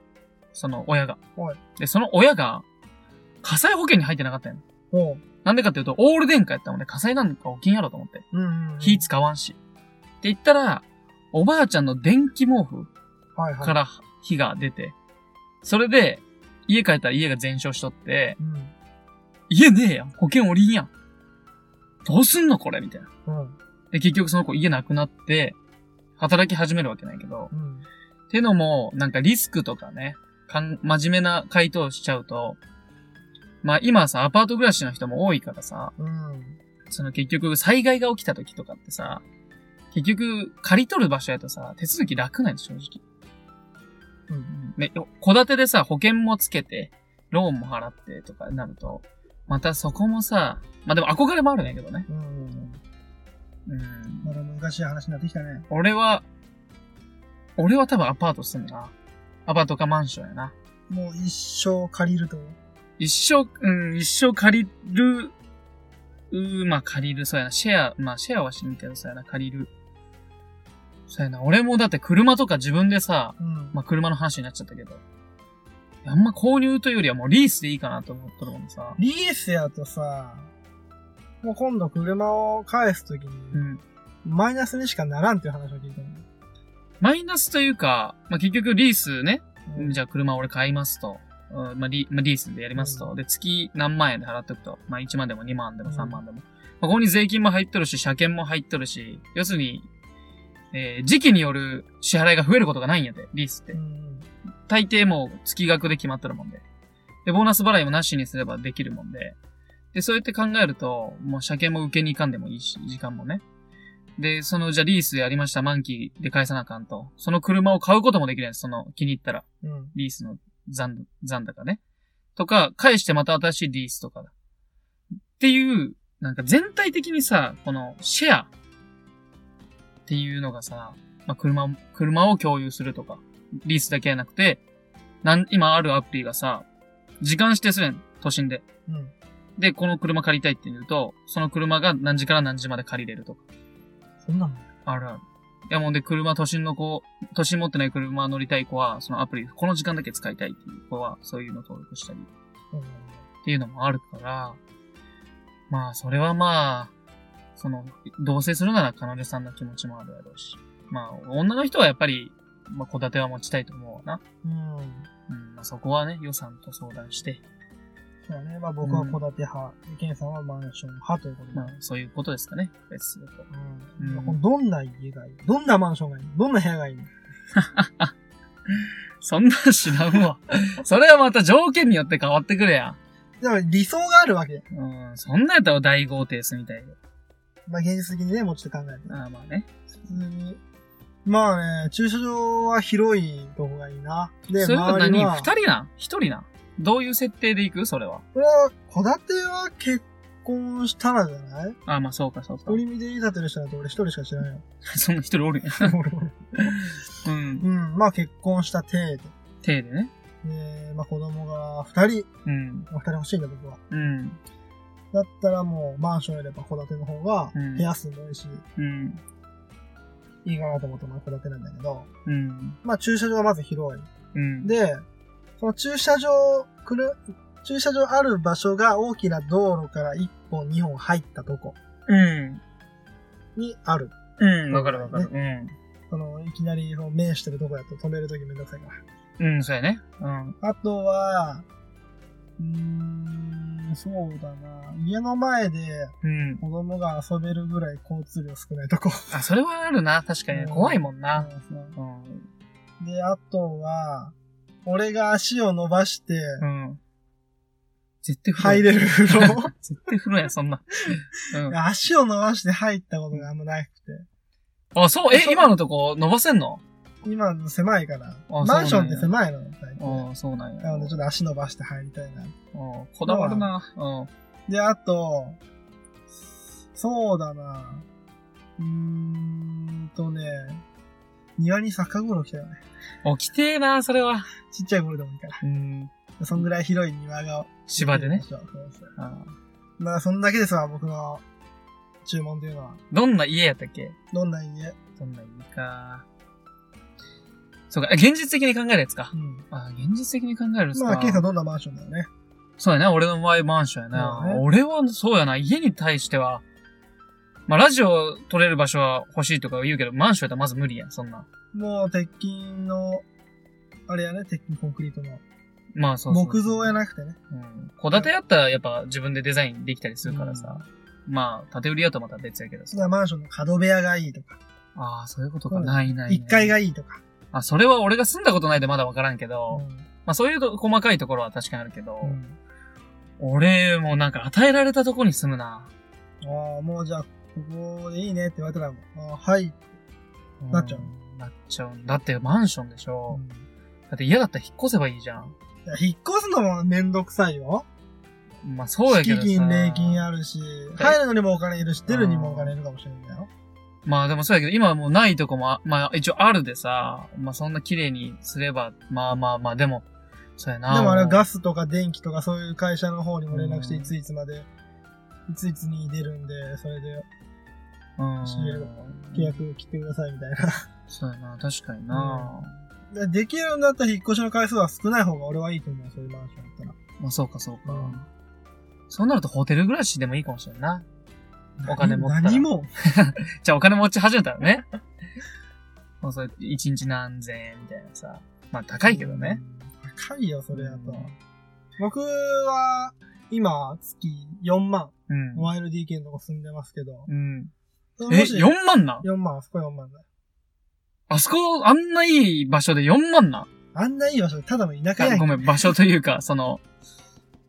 [SPEAKER 1] その親が
[SPEAKER 2] はい。
[SPEAKER 1] で、その親が、火災保険に入ってなかったんや。
[SPEAKER 2] おう。
[SPEAKER 1] なんでかっていうと、オール電化やったもんね、火災なんか起きんやろと思って。
[SPEAKER 2] うんうん、うん。
[SPEAKER 1] 火使わんし。って言ったら、おばあちゃんの電気毛布
[SPEAKER 2] はいはい。
[SPEAKER 1] から火が出て、それで、家帰ったら家が全焼しとって、
[SPEAKER 2] うん。
[SPEAKER 1] 家ねえやん保険おりんやんどうすんのこれみたいな。
[SPEAKER 2] うん。
[SPEAKER 1] で、結局その子家なくなって、働き始めるわけないけど、
[SPEAKER 2] うん。
[SPEAKER 1] てのも、なんかリスクとかね、かん、真面目な回答をしちゃうと、まあ今さ、アパート暮らしの人も多いからさ、
[SPEAKER 2] うん。
[SPEAKER 1] その結局災害が起きた時とかってさ、結局借り取る場所やとさ、手続き楽なんです正直。
[SPEAKER 2] うん。
[SPEAKER 1] ね、よ戸建てでさ、保険もつけて、ローンも払ってとかになると、またそこもさ、まあでも憧れもあるんやけどね。
[SPEAKER 2] うん。
[SPEAKER 1] うん。
[SPEAKER 2] まだ難しい話になってきたね。
[SPEAKER 1] 俺は、俺は多分アパート住むな。アパートかマンションやな。
[SPEAKER 2] もう一生借りると。
[SPEAKER 1] 一生、うん、一生借りる、うー、まあ借りる、そうやな。シェア、まあシェアはしんけど、そうやな、借りる。そうやな。俺もだって車とか自分でさ、
[SPEAKER 2] うん。
[SPEAKER 1] まあ車の話になっちゃったけど、あんま購入というよりはもうリースでいいかなと思っとるもんさ。
[SPEAKER 2] リースやとさ、もう今度車を返すときに、
[SPEAKER 1] うん。
[SPEAKER 2] マイナスにしかならんっていう話を聞いたの。
[SPEAKER 1] マイナスというか、まあ結局リースね、
[SPEAKER 2] うん
[SPEAKER 1] じゃあ車俺買いますと。うんまあリまあ、リースでやりますと。
[SPEAKER 2] う
[SPEAKER 1] で、月何万円で払っておくと。まあ1万でも2万でも3万でも。まあ、ここに税金も入っとるし、車検も入っとるし、要するに、えー時期による支払いが増えることがないんやで、リースって
[SPEAKER 2] う。ん。
[SPEAKER 1] 大抵もう月額で決まってるもんで。で、ボーナス払いもなしにすればできるもんで。で、そうやって考えると、もう車検も受けに行かんでもいいし、時間もね。で、その、じゃあリースやりました、満期で返さなあかんと。その車を買うこともできるやんです、その、気に入ったら。
[SPEAKER 2] うん。
[SPEAKER 1] リースの残、残高ね。とか、返してまた新しいリースとかだ。っていう、なんか全体的にさ、このシェアっていうのがさ、まあ、車、車を共有するとか、リースだけじゃなくて、なん、今あるアプリがさ、時間指定するやん、都心で。
[SPEAKER 2] うん。
[SPEAKER 1] で、この車借りたいって言うと、その車が何時から何時まで借りれるとか。
[SPEAKER 2] そんなの
[SPEAKER 1] あるある。いやもうで、車、都心の子、都心持ってない車乗りたい子は、そのアプリ、この時間だけ使いたいっていう子は、そういうの登録したり
[SPEAKER 2] うん
[SPEAKER 1] っていうのもあるから、まあ、それはまあ、その、同棲するなら彼女さんの気持ちもあるやろうし。まあ、女の人はやっぱり、まあ、戸建ては持ちたいと思うわな。
[SPEAKER 2] うん。
[SPEAKER 1] うん、まあ、そこはね、予算と相談して、
[SPEAKER 2] そうだね。まあ僕は戸建て派、でケンさんはマンション派ということで。
[SPEAKER 1] まあ、そういうことですかね。別すると。
[SPEAKER 2] うん
[SPEAKER 1] うん
[SPEAKER 2] どんな家がいいどんなマンションがいいどんな部屋がいい
[SPEAKER 1] そんなん知らんわ。 それはまた条件によって変わってくるや
[SPEAKER 2] だから理想があるわけ。
[SPEAKER 1] ん。うん、そんなんやったら大豪邸住みたいで。
[SPEAKER 2] まあ現実的にね、もうちょっと考えて。
[SPEAKER 1] ああ、まあね。
[SPEAKER 2] 普通に。まあね、駐車場は広いとこがいいな。で、
[SPEAKER 1] それは
[SPEAKER 2] 周り
[SPEAKER 1] 何
[SPEAKER 2] は
[SPEAKER 1] 二。人なん一人なんどういう設定で行くそれは。
[SPEAKER 2] これは、戸建ては結婚したらじゃない
[SPEAKER 1] ああ、まあそうか、そうか
[SPEAKER 2] 独。り身で家建てる人なんて俺一人しか知ら ないよ。
[SPEAKER 1] そんな一人おるんや。うん。
[SPEAKER 2] うん、まあ結婚した程度。
[SPEAKER 1] 手でね。
[SPEAKER 2] で、まあ子供が二人、
[SPEAKER 1] うん。
[SPEAKER 2] まあ二人欲しいんだ僕は。
[SPEAKER 1] うん。
[SPEAKER 2] だったらもうマンションよりやっぱ戸建ての方が
[SPEAKER 1] うん
[SPEAKER 2] 部屋数も多いし、
[SPEAKER 1] うん。
[SPEAKER 2] いいかなと思ってまあ戸建てなんだけど、
[SPEAKER 1] うん。
[SPEAKER 2] まあ駐車場はまず広い。
[SPEAKER 1] うん。
[SPEAKER 2] で、その駐車場、くる、駐車場ある場所が大きな道路から1本2本入ったとこ
[SPEAKER 1] うん。
[SPEAKER 2] にある。
[SPEAKER 1] うん。わかるわかる。
[SPEAKER 2] その、いきなり、その、面してるとこやと止めるときめんどくさいか
[SPEAKER 1] うん。うん、そうやね。うん。
[SPEAKER 2] ら。あとは、うーん、そうだな。家の前で
[SPEAKER 1] うん。
[SPEAKER 2] 子供が遊べるぐらい交通量少ないとこ。
[SPEAKER 1] あ、それはあるな。確かに。怖いもんな。
[SPEAKER 2] うん
[SPEAKER 1] うん。
[SPEAKER 2] で、あとは、俺が足を伸ばして
[SPEAKER 1] うん。絶対風呂
[SPEAKER 2] 入れる風呂。
[SPEAKER 1] 絶対風呂や、そんな。うん。
[SPEAKER 2] 足を伸ばして入ったことがあんまなくて。
[SPEAKER 1] あ、そう、
[SPEAKER 2] そ
[SPEAKER 1] え、
[SPEAKER 2] う
[SPEAKER 1] 今のとこ伸ばせんの
[SPEAKER 2] 今の狭いから。
[SPEAKER 1] あ
[SPEAKER 2] マンションって狭いの、大体。
[SPEAKER 1] ああ、そうなんや。
[SPEAKER 2] なのでちょっと足伸ばして入りたいな。
[SPEAKER 1] うんこだわるな。うん。
[SPEAKER 2] で、あと、そうだな。うーんとね、庭にサッカーゴールを着たよね。
[SPEAKER 1] 起きてえな、それは。
[SPEAKER 2] ちっちゃいゴールでもいいから。
[SPEAKER 1] うん。
[SPEAKER 2] そんぐらい広い庭が。
[SPEAKER 1] 芝でね。
[SPEAKER 2] そうそう
[SPEAKER 1] あ
[SPEAKER 2] まあ、そんだけですわ、僕の注文というのは。
[SPEAKER 1] どんな家やったっけ
[SPEAKER 2] どんな家
[SPEAKER 1] どんな家か。そうか、え現実的に考えるやつか
[SPEAKER 2] う。ん。
[SPEAKER 1] あ、現実的に考えるやつか。
[SPEAKER 2] まあ、ケイさんどんなマンションだよね。
[SPEAKER 1] そうやな、俺の前マンションやな。
[SPEAKER 2] そうだね
[SPEAKER 1] 俺はそうやな、家に対しては、まあ、ラジオ撮れる場所は欲しいとか言うけど、マンションやったらまず無理やん、そんな。
[SPEAKER 2] もう、鉄筋の、あれやね、鉄筋コンクリートの。
[SPEAKER 1] まあ、そうそう
[SPEAKER 2] 木造やなくてね。
[SPEAKER 1] うん。戸建てやったらやっぱ自分でデザインできたりするからさ。まあ、建て売りやとまた別やけど
[SPEAKER 2] そ
[SPEAKER 1] さ。
[SPEAKER 2] れはマンションの角部屋がいいとか、
[SPEAKER 1] ああ、そういうことか。
[SPEAKER 2] うん
[SPEAKER 1] ないない、ね。
[SPEAKER 2] 1階がいいとか。
[SPEAKER 1] あ、それは俺が住んだことないでまだわからんけど、
[SPEAKER 2] うん
[SPEAKER 1] まあそういうと細かいところは確かにあるけど、
[SPEAKER 2] うん
[SPEAKER 1] 俺もなんか与えられたとこに住むな。
[SPEAKER 2] ああ、もうじゃあ、ここでいいねって言われたらもう、ああ、はい。なっちゃう
[SPEAKER 1] なっちゃう。だってマンションでしょ。だって嫌だったら引っ越せばいいじゃん。
[SPEAKER 2] いや引っ越すのもめんどくさいよ。
[SPEAKER 1] まあそうやけどさ。
[SPEAKER 2] 敷金、礼金あるし、入るのにもお金いるし、出るにもお金いるかもしれないんだよ。
[SPEAKER 1] まあでもそうやけど、今はもうないとこもあ、まあ一応あるでさ、まあそんな綺麗にすれば、まあまあまあ、でも、そうやな。
[SPEAKER 2] でもあれはガ
[SPEAKER 1] ス。
[SPEAKER 2] スとか電気とかそういう会社の方にも連絡して、
[SPEAKER 1] うん
[SPEAKER 2] いついつまで、いついつに出るんで、それで
[SPEAKER 1] うん。
[SPEAKER 2] し契約切ってくださいみたいな。
[SPEAKER 1] そうやな、確かにな。
[SPEAKER 2] でできるようになったら引っ越しの回数は少ない方が俺はいいと思う、そういうマンションだったら。
[SPEAKER 1] まあそうかそうか。
[SPEAKER 2] うん
[SPEAKER 1] そうなるとホテル暮らしでもいいかもしれんな。お金持ったら
[SPEAKER 2] 何も。
[SPEAKER 1] じゃあお金持ち始めたらね。 もうそれ、一日何千円みたいなさ。まあ高いけどね。
[SPEAKER 2] うん。高いよ、それや
[SPEAKER 1] う
[SPEAKER 2] と
[SPEAKER 1] ん。
[SPEAKER 2] 僕は、今、月4万、
[SPEAKER 1] うん。
[SPEAKER 2] 1LDK のとこ住んでますけど。
[SPEAKER 1] うん。え、
[SPEAKER 2] もし
[SPEAKER 1] 4万なん
[SPEAKER 2] ?4 万、あそこ4万だ。
[SPEAKER 1] あそこ、あんないい場所で4万なん
[SPEAKER 2] あんないい場所で、ただの田舎
[SPEAKER 1] あ
[SPEAKER 2] やん
[SPEAKER 1] ごめん、場所というか、 その、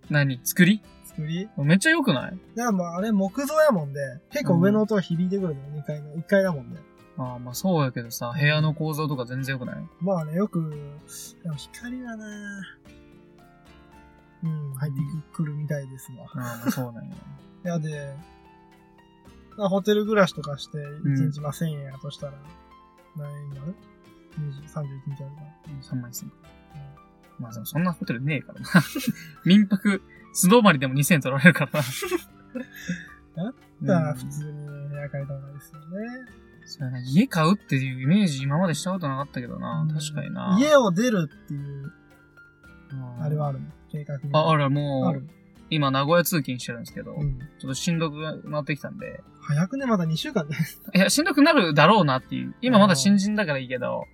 [SPEAKER 1] 何作り
[SPEAKER 2] 作り。
[SPEAKER 1] めっちゃ良くない
[SPEAKER 2] だからもうあれ木造やもんで、結構上の音が響いてくるのよ、2階の、1階だもんで。
[SPEAKER 1] ああ、まあそうやけどさ、部屋の構造とか全然良くない
[SPEAKER 2] まあね、よく、でも光はなうん、入ってくるみたいですわ。
[SPEAKER 1] ああ、まあそうなんや。
[SPEAKER 2] いやで、まあホテル暮らしとかして、
[SPEAKER 1] ん
[SPEAKER 2] 1日まあ1000円やとしたら、何円になる20 31日あるから。
[SPEAKER 1] 3万1000か。まあでもそんなホテルねえからな。 民泊、素泊まりでも2000円取られるから な。
[SPEAKER 2] だから
[SPEAKER 1] うん
[SPEAKER 2] 普通に部屋借りた方がいいですよね。
[SPEAKER 1] そうやな。家買うっていうイメージ今までしたことなかったけどな。確かにな。
[SPEAKER 2] 家を出るっていう、
[SPEAKER 1] うん
[SPEAKER 2] あれはあるの計画に。
[SPEAKER 1] あ、あ
[SPEAKER 2] る。
[SPEAKER 1] る、
[SPEAKER 2] あ
[SPEAKER 1] も
[SPEAKER 2] る
[SPEAKER 1] う、。今名古屋通勤してるんですけど、
[SPEAKER 2] うん。
[SPEAKER 1] ちょっとしんどくなってきたんで、
[SPEAKER 2] 早くね、まだ2週間 ね。
[SPEAKER 1] いや、しんどくなるだろうなっていう。今まだ新人だからいいけど、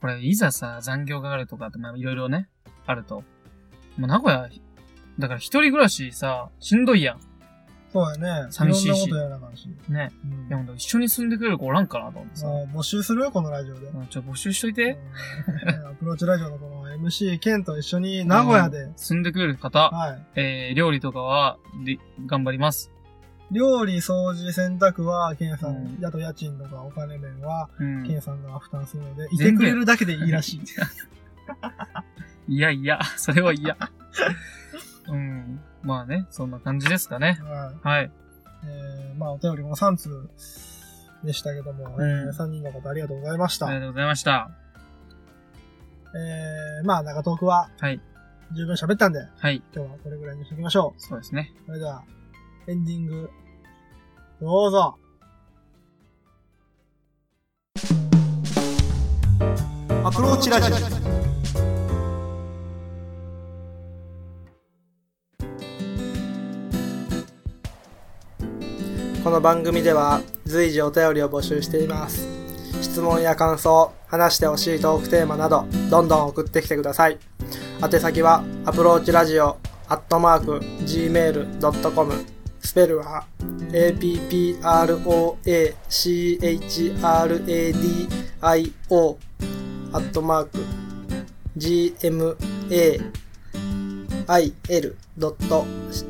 [SPEAKER 1] これ、いざさ、残業があるとかって、まあ、いろいろね、あると。もう名古屋、だから一人暮らしさ、しんどいや
[SPEAKER 2] そうやね。
[SPEAKER 1] 寂しいし
[SPEAKER 2] ろんなことやらなあかんし。
[SPEAKER 1] ん。ね。
[SPEAKER 2] うん
[SPEAKER 1] いや、ほんと一緒に住んでくれる子おらんかなと思ってさ。
[SPEAKER 2] あ募集するこのラジオで。
[SPEAKER 1] うんちょ、募集しといて。
[SPEAKER 2] うんアプローチラジオのこの MC ケンと一緒に名古屋で、
[SPEAKER 1] 住んでくれる方、
[SPEAKER 2] はい。
[SPEAKER 1] えー、料理とかは、で、頑張ります。
[SPEAKER 2] 料理、掃除、洗濯はケンさん、
[SPEAKER 1] う
[SPEAKER 2] あと家賃とかお金面は
[SPEAKER 1] うん。
[SPEAKER 2] ケンさんが負担するので、いて
[SPEAKER 1] 全然
[SPEAKER 2] くれるだけでいいらしい。
[SPEAKER 1] いやいや、 それは嫌。うん。まあね、そんな感じですかね。
[SPEAKER 2] はい。
[SPEAKER 1] はい。
[SPEAKER 2] えーまあお便りも3通でしたけども、
[SPEAKER 1] うん
[SPEAKER 2] え3人の方ありがとうございまし
[SPEAKER 1] あ
[SPEAKER 2] た。
[SPEAKER 1] りがとうございました。
[SPEAKER 2] えーまあ長トークは
[SPEAKER 1] はい。
[SPEAKER 2] 十分喋ったんで、
[SPEAKER 1] はい。
[SPEAKER 2] 今日はこれぐらいにしておきましょ
[SPEAKER 1] そうですね。
[SPEAKER 2] う。それでは、エンディング、どうぞ。アプローチラジオ。この番組では随時お便りを募集しています。質問や感想、話してほしいトークテーマなど、どんどん送ってきてください。宛先は、アプローチラジオ、アットマーク、gmail.com、スペルは、approachradio、アットマーク、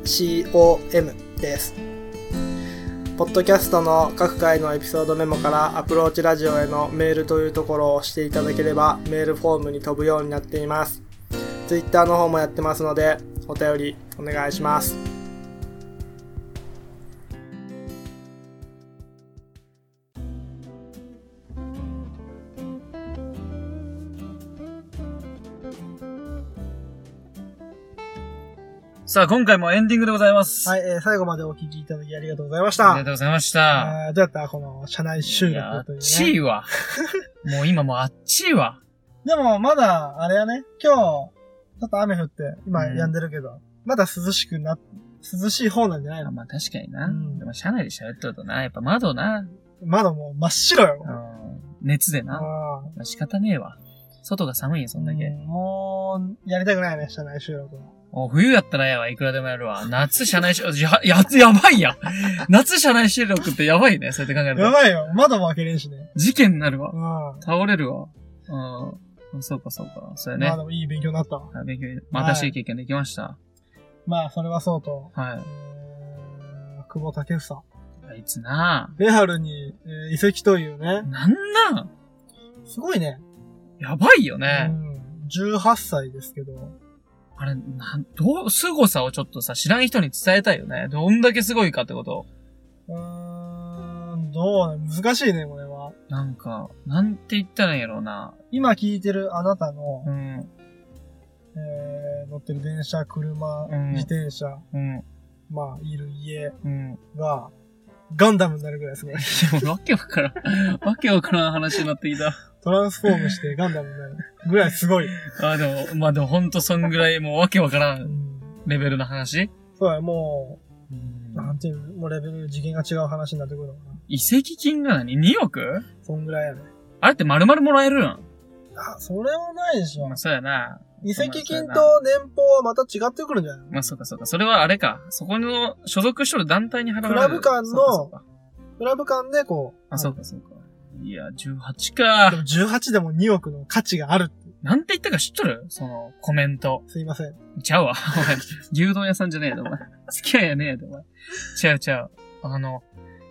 [SPEAKER 2] gmail.com です。ポッドキャストの各回のエピソードメモからアプローチラジオへのメールというところを押していただければメールフォームに飛ぶようになっています。Twitter の方もやってますのでお便りお願いします。
[SPEAKER 1] さあ、今回もエンディングでございます。
[SPEAKER 2] い、最後までお聞きいただきありがとうございまし
[SPEAKER 1] ありがとうございました。
[SPEAKER 2] どうやったこの社内収
[SPEAKER 1] いや、あっちいわ。もう今もうあっちいわ。
[SPEAKER 2] でもまだ、あれやね、今日、ちょっと雨降って、今
[SPEAKER 1] うん
[SPEAKER 2] やんでるけど、まだ涼しくな、涼しい方なんじゃないの
[SPEAKER 1] まあ確かにな。
[SPEAKER 2] うん
[SPEAKER 1] でも車内で喋っとるとな、やっぱ窓な。
[SPEAKER 2] 窓もう真っ白よ。
[SPEAKER 1] うん。熱でな。ま
[SPEAKER 2] あ
[SPEAKER 1] あ仕方ねえわ。外が寒いよ、そんだけ。
[SPEAKER 2] もう、やりたくないね、社内収録は。
[SPEAKER 1] もう冬やったらええわ、いくらでもやるわ。夏車内収録、や、や、やばいやん。夏車内収録ってやばいね、そうやって考える
[SPEAKER 2] や
[SPEAKER 1] と。
[SPEAKER 2] ばいよ、窓も開けれんしね。
[SPEAKER 1] 事件になるわ
[SPEAKER 2] う。ん。ま
[SPEAKER 1] 倒れるわ。うん。そうか、そうか。そうやね
[SPEAKER 2] あ。でもいい勉強になったわ。
[SPEAKER 1] あ勉強に、まあ、新しい経験できました。
[SPEAKER 2] まあ、それはそうと、
[SPEAKER 1] はい
[SPEAKER 2] え。ー久保建英。
[SPEAKER 1] あいつな
[SPEAKER 2] レハルに、えー移籍というね、
[SPEAKER 1] なんなん
[SPEAKER 2] すごいね。
[SPEAKER 1] やばいよ
[SPEAKER 2] う
[SPEAKER 1] ね。
[SPEAKER 2] ん。18歳ですけど、
[SPEAKER 1] あれ、なん、どう、凄さをちょっとさ、知らん人に伝えたいよね。どんだけすごいかってこと。
[SPEAKER 2] うーん、どうね、難しいね、これは。
[SPEAKER 1] なんか、なんて言ったらいいんやろうな。
[SPEAKER 2] 今聞いてるあなたの
[SPEAKER 1] う、ん、
[SPEAKER 2] えー乗ってる電車、車、
[SPEAKER 1] うん
[SPEAKER 2] 自転車、
[SPEAKER 1] うん、
[SPEAKER 2] まあ、いる家
[SPEAKER 1] うん。
[SPEAKER 2] が、ガンダムになるぐらいすごい。
[SPEAKER 1] でも、わけわからん、わけわからん話になってきた。
[SPEAKER 2] トランスフォームしてガンダムになるぐらいすごい。
[SPEAKER 1] あ、でも、まあでも、ほんとそんぐらい、もうわけわから
[SPEAKER 2] うんん、
[SPEAKER 1] レベルの話
[SPEAKER 2] そうや、も
[SPEAKER 1] う
[SPEAKER 2] う、
[SPEAKER 1] ん
[SPEAKER 2] なんていうの、もうレベル、次元が違う話になってくるのかな。
[SPEAKER 1] 移籍金が何 ?2 億
[SPEAKER 2] そんぐらいやね。
[SPEAKER 1] あれって丸々もらえるん
[SPEAKER 2] あ、それはないでしょ
[SPEAKER 1] まあ、。そうやな。
[SPEAKER 2] 移籍金と年俸はまた違ってくるんじゃないの
[SPEAKER 1] まあ、そうかそうか。それはあれか。そこの所属しとる団体に払われる。
[SPEAKER 2] クラブ間の
[SPEAKER 1] そうかそうか
[SPEAKER 2] クラブ間でこう。
[SPEAKER 1] あ、そうかそうか。いや、18
[SPEAKER 2] でも
[SPEAKER 1] か。
[SPEAKER 2] 18でも2億の価値がある。
[SPEAKER 1] なんて言ったか知っとるその、コメント。
[SPEAKER 2] すいません。
[SPEAKER 1] ちゃうわ。お前、牛丼屋さんじゃねえよ、お前。付き合いやねえよ、お前。ちゃうちゃう。あの、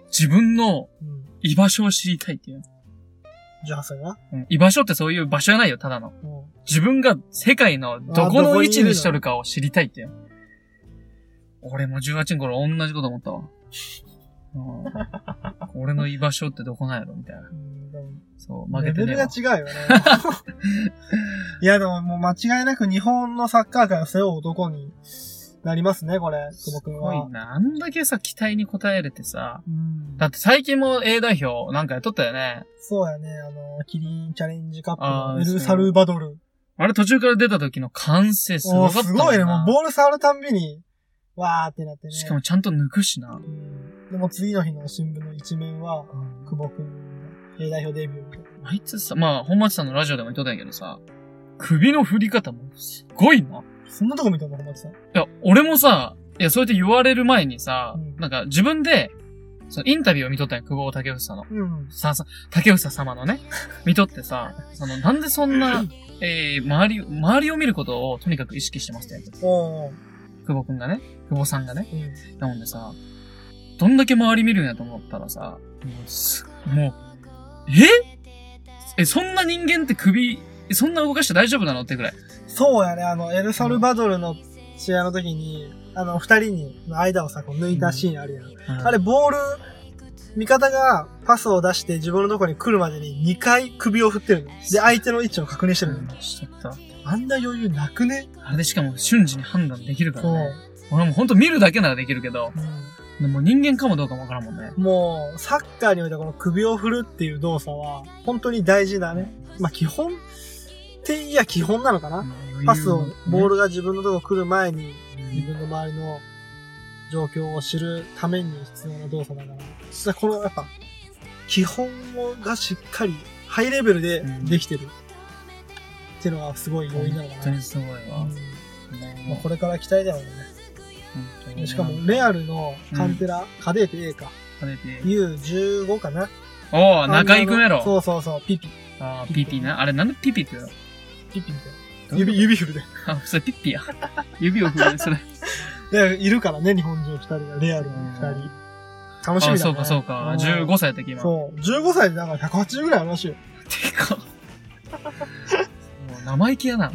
[SPEAKER 1] 自分の
[SPEAKER 2] うん。
[SPEAKER 1] 居場所を知りたいっていう。
[SPEAKER 2] 18歳が
[SPEAKER 1] うん、居場所ってそういう場所じゃないよ、ただの。
[SPEAKER 2] うん。
[SPEAKER 1] 自分が世界のどこの位置にしとるかを知りたいって。俺も18の頃同じこと思ったわ。うん、俺の居場所ってどこなんやろみたいな。
[SPEAKER 2] うんでも
[SPEAKER 1] そう、負けて
[SPEAKER 2] レベ
[SPEAKER 1] ねえ
[SPEAKER 2] ル
[SPEAKER 1] わ
[SPEAKER 2] が違うよね。 いや、でももう間違いなく日本のサッカー界を背負う男になりますね、これ、久保君
[SPEAKER 1] すごい
[SPEAKER 2] は。
[SPEAKER 1] な。あんだけさ、期待に応えれてさ。
[SPEAKER 2] うん
[SPEAKER 1] だって最近も A 代表なんかやっとったよね。
[SPEAKER 2] そうやね、あの、キリンチャレンジカップ
[SPEAKER 1] あ
[SPEAKER 2] の
[SPEAKER 1] ー
[SPEAKER 2] エルサルバドル。
[SPEAKER 1] あれ途中から出た時の歓声す
[SPEAKER 2] お
[SPEAKER 1] ご
[SPEAKER 2] ー
[SPEAKER 1] かった
[SPEAKER 2] す
[SPEAKER 1] もんな
[SPEAKER 2] ごいね、もうボール触るたんびに、わーってなってね。
[SPEAKER 1] しかもちゃんと抜くしな
[SPEAKER 2] う。んでも次の日の新聞の一面は、久保君の A 代表デビューみたいな。
[SPEAKER 1] あいつさ、まあ、本町さんのラジオでも言っとったんやけどさ、首の振り方もすごいな。い
[SPEAKER 2] そんなとこ見たの、本町さん。
[SPEAKER 1] や、俺もさ、いや、そうやって言われる前にさ、
[SPEAKER 2] うん
[SPEAKER 1] なんか自分で、そのインタビューを見とったんや、久保建英さんの。
[SPEAKER 2] うん。
[SPEAKER 1] さ、さ、竹内様の ね、見とってさ、その、なんでそんな、えー、周り、周りを見ることをとにかく意識してますってやつ。
[SPEAKER 2] おー
[SPEAKER 1] 久保くんがね、久保さんがね。
[SPEAKER 2] うん。
[SPEAKER 1] なもんでさ、どんだけ周り見るんやと思ったらさ、もうす、もう、ええ、そんな人間って首、えそんな動かして大丈夫なのってくらい。
[SPEAKER 2] そうやね、あの、エルサルバドルの試合の時に、あの、二人に、間をさ、こう抜いたシーンあるやん。あれ、ボール、味方がパスを出して自分のとこに来るまでに2回首を振ってるの。で、相手の位置を確認してるの。
[SPEAKER 1] ちょっと、
[SPEAKER 2] あんな余裕なくね
[SPEAKER 1] あれでしかも瞬時に判断できるから
[SPEAKER 2] そう
[SPEAKER 1] ね。。俺もほんと見るだけならできるけど、
[SPEAKER 2] う
[SPEAKER 1] でも人間かもどうかもわからんもんね。
[SPEAKER 2] んもう、サッカーにおいてはこの首を振るっていう動作は、本当に大事なね。まあ、基本っていや基本なのかなパスを、ボー
[SPEAKER 1] ル、
[SPEAKER 2] ルが自分のとこ来る前に、
[SPEAKER 1] うん
[SPEAKER 2] 自分の周りの状況を知るために必要な動作だから、実はこのやっぱ、基本がしっかりハイレベルでできてる。っていうのがすごい要因なの
[SPEAKER 1] 本
[SPEAKER 2] か
[SPEAKER 1] 当
[SPEAKER 2] な
[SPEAKER 1] に。すごいわ。
[SPEAKER 2] うんまあ
[SPEAKER 1] も
[SPEAKER 2] これから期待だよね。しかも、レアルのカンテラ、カデーテ A か、U15 かな。
[SPEAKER 1] おお、中井くんやろ。
[SPEAKER 2] そうそうそう、ピピ、
[SPEAKER 1] あーピピな。あれ、なんでピピって言うの
[SPEAKER 2] ピピみたいな。
[SPEAKER 1] どういうこ
[SPEAKER 2] 指、指振る
[SPEAKER 1] とあ、それピッピや。指を振る、それ。
[SPEAKER 2] で。でいるからね、日本人2人が、レアルの2人。楽しみ
[SPEAKER 1] あ、
[SPEAKER 2] だね。
[SPEAKER 1] そうかそうか。
[SPEAKER 2] ん
[SPEAKER 1] 15歳やったっけ、今。
[SPEAKER 2] そう。15歳でだから180ぐらいあるらしいよ。
[SPEAKER 1] てか。もう生意気やな。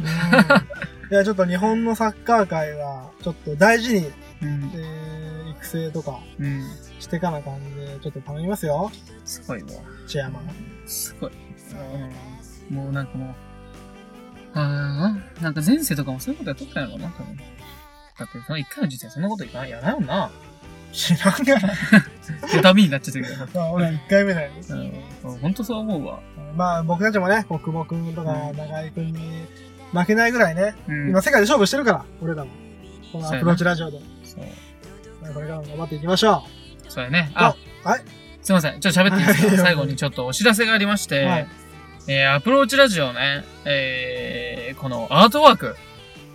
[SPEAKER 2] いや、ちょっと日本のサッカー界は、ちょっと大事に、
[SPEAKER 1] うん
[SPEAKER 2] え。ー、育成とか
[SPEAKER 1] うん。
[SPEAKER 2] してかな感じで、ちょっと頼みますよ。
[SPEAKER 1] すごいわ。
[SPEAKER 2] チェアマン。
[SPEAKER 1] すごい。うんもうなんかもう、あーなんか前世とかもそういうことやっとったんやろうな、多分。だって、その一回の人生そんなこといかんやらんよな。
[SPEAKER 2] 知らんが
[SPEAKER 1] 痛みになっちゃってるけど。
[SPEAKER 2] な。俺は1回目だよ。
[SPEAKER 1] うん、ほんとそう思うわ。
[SPEAKER 2] まあ、僕たちもね、こう久保くんとか
[SPEAKER 1] うん
[SPEAKER 2] 長井くんに負けないぐらいね、
[SPEAKER 1] うん。
[SPEAKER 2] 今世界で勝負してるから、俺らも。この
[SPEAKER 1] そうや
[SPEAKER 2] ア
[SPEAKER 1] な
[SPEAKER 2] プローチラジオで。
[SPEAKER 1] そう。
[SPEAKER 2] これからも頑張っていきましょ
[SPEAKER 1] そうやね。あ、
[SPEAKER 2] はい。
[SPEAKER 1] すいません。ちょっと喋っていいです
[SPEAKER 2] はい
[SPEAKER 1] か最後にちょっとお知らせがありまして、
[SPEAKER 2] はい
[SPEAKER 1] えー、アプローチラジオね、えー、このアートワーク、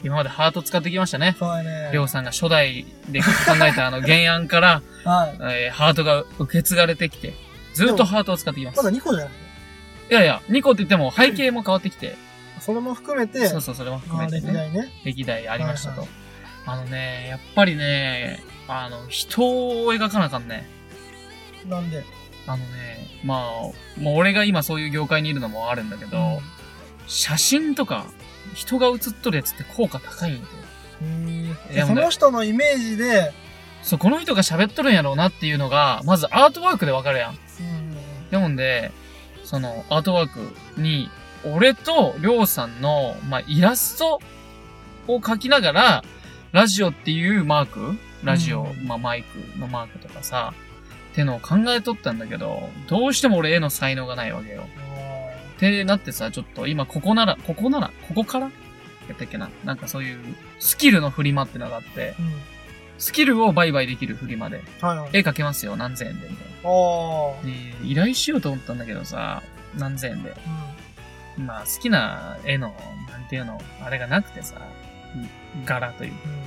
[SPEAKER 1] 今までハート使ってきましたね
[SPEAKER 2] う。。そうやね。
[SPEAKER 1] りょうさんが初代で考えたあの原案から、
[SPEAKER 2] はい。
[SPEAKER 1] えー、ハートが受け継がれてきて、ずっとハートを使ってきま。
[SPEAKER 2] ますだ2個じゃない
[SPEAKER 1] いやいや、2個って言っても背景も変わってきて、
[SPEAKER 2] それも含めて、
[SPEAKER 1] そうそう、それも含
[SPEAKER 2] まあ
[SPEAKER 1] めて
[SPEAKER 2] 歴
[SPEAKER 1] ね。
[SPEAKER 2] 代ね。
[SPEAKER 1] 歴代ありましたと。
[SPEAKER 2] は
[SPEAKER 1] あのね、やっぱりね、あの、人を描かなあかんね。
[SPEAKER 2] なんで。
[SPEAKER 1] あのね、まあ、もう俺が今そういう業界にいるのもあるんだけど、写真とか、人が写っとるやつって効果高いんよ。
[SPEAKER 2] うん
[SPEAKER 1] いや
[SPEAKER 2] その人のイメージで、
[SPEAKER 1] そう、この人が喋っとるんやろうなっていうのが、まずアートワークでわかるやん。
[SPEAKER 2] うん
[SPEAKER 1] なもんで、その、アートワークに、俺とりょうさんの、まあ、イラストを描きながら、ラジオっていうマークラジオ、
[SPEAKER 2] うん
[SPEAKER 1] まあ、マイクのマークとかさ、ってのを考えとったんだけど、どうしても俺絵の才能がないわけよ。ってなってさ、ちょっと今ここなら、ここなら、ここからやったっけななんかそういうスキルのフリマってのがあって、
[SPEAKER 2] うん
[SPEAKER 1] スキルを売買できるフリマで、
[SPEAKER 2] はいはい。
[SPEAKER 1] 絵描けますよ、何千円で、みたい
[SPEAKER 2] おー
[SPEAKER 1] な。で、依頼しようと思ったんだけどさ、何千円で。まあ好きな絵の、なんていうの、あれがなくてさ、柄という
[SPEAKER 2] うんうん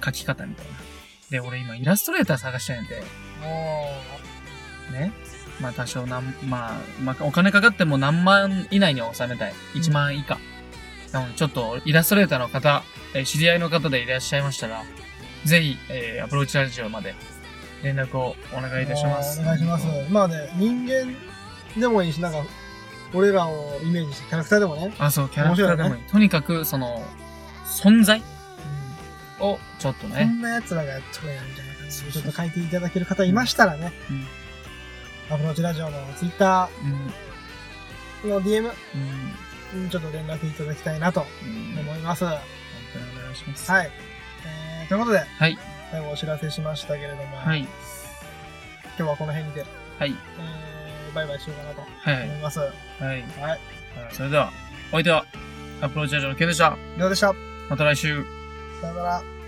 [SPEAKER 1] 描き方みたいな。で、俺今イラストレーター探したんやで、
[SPEAKER 2] お
[SPEAKER 1] ね。まあ多少なん、まあ、まあお金かかっても何万以内には収めたい。1万以下。なのでちょっとイラストレーターの方、えー知り合いの方でいらっしゃいましたら、ぜひ、えーアプローチラジオまで連絡をお願
[SPEAKER 2] ー
[SPEAKER 1] いいたします。
[SPEAKER 2] お願いします。まあね、人間でもいいし、なんか、俺らをイメージしたキャラクターでもね、
[SPEAKER 1] あ、そう、キャラクターでもいい。とにかく、その、存在をちょっと
[SPEAKER 2] こ
[SPEAKER 1] ね、
[SPEAKER 2] んな奴らがやっとるやんみたいな感じで、ちょっと書いていただける方いましたらね、アプローチラジオのツイッタ
[SPEAKER 1] うん、うん、
[SPEAKER 2] ーの DM、
[SPEAKER 1] うん、
[SPEAKER 2] うんちょっと連絡いただきたいなと
[SPEAKER 1] うん、
[SPEAKER 2] 思います。は
[SPEAKER 1] 本当にお願いします。
[SPEAKER 2] い。えー、ということで、
[SPEAKER 1] はい、
[SPEAKER 2] 最後お知らせしましたけれども、
[SPEAKER 1] はい、
[SPEAKER 2] 今日はこの辺にて、
[SPEAKER 1] はい、
[SPEAKER 2] えー、バイバイしようかなと
[SPEAKER 1] はい
[SPEAKER 2] 思、います。はい。
[SPEAKER 1] はい。
[SPEAKER 2] はい、
[SPEAKER 1] それでは、お相手は、アプローチラジオのケンでした。
[SPEAKER 2] どうでした
[SPEAKER 1] また来週。
[SPEAKER 2] さよなら。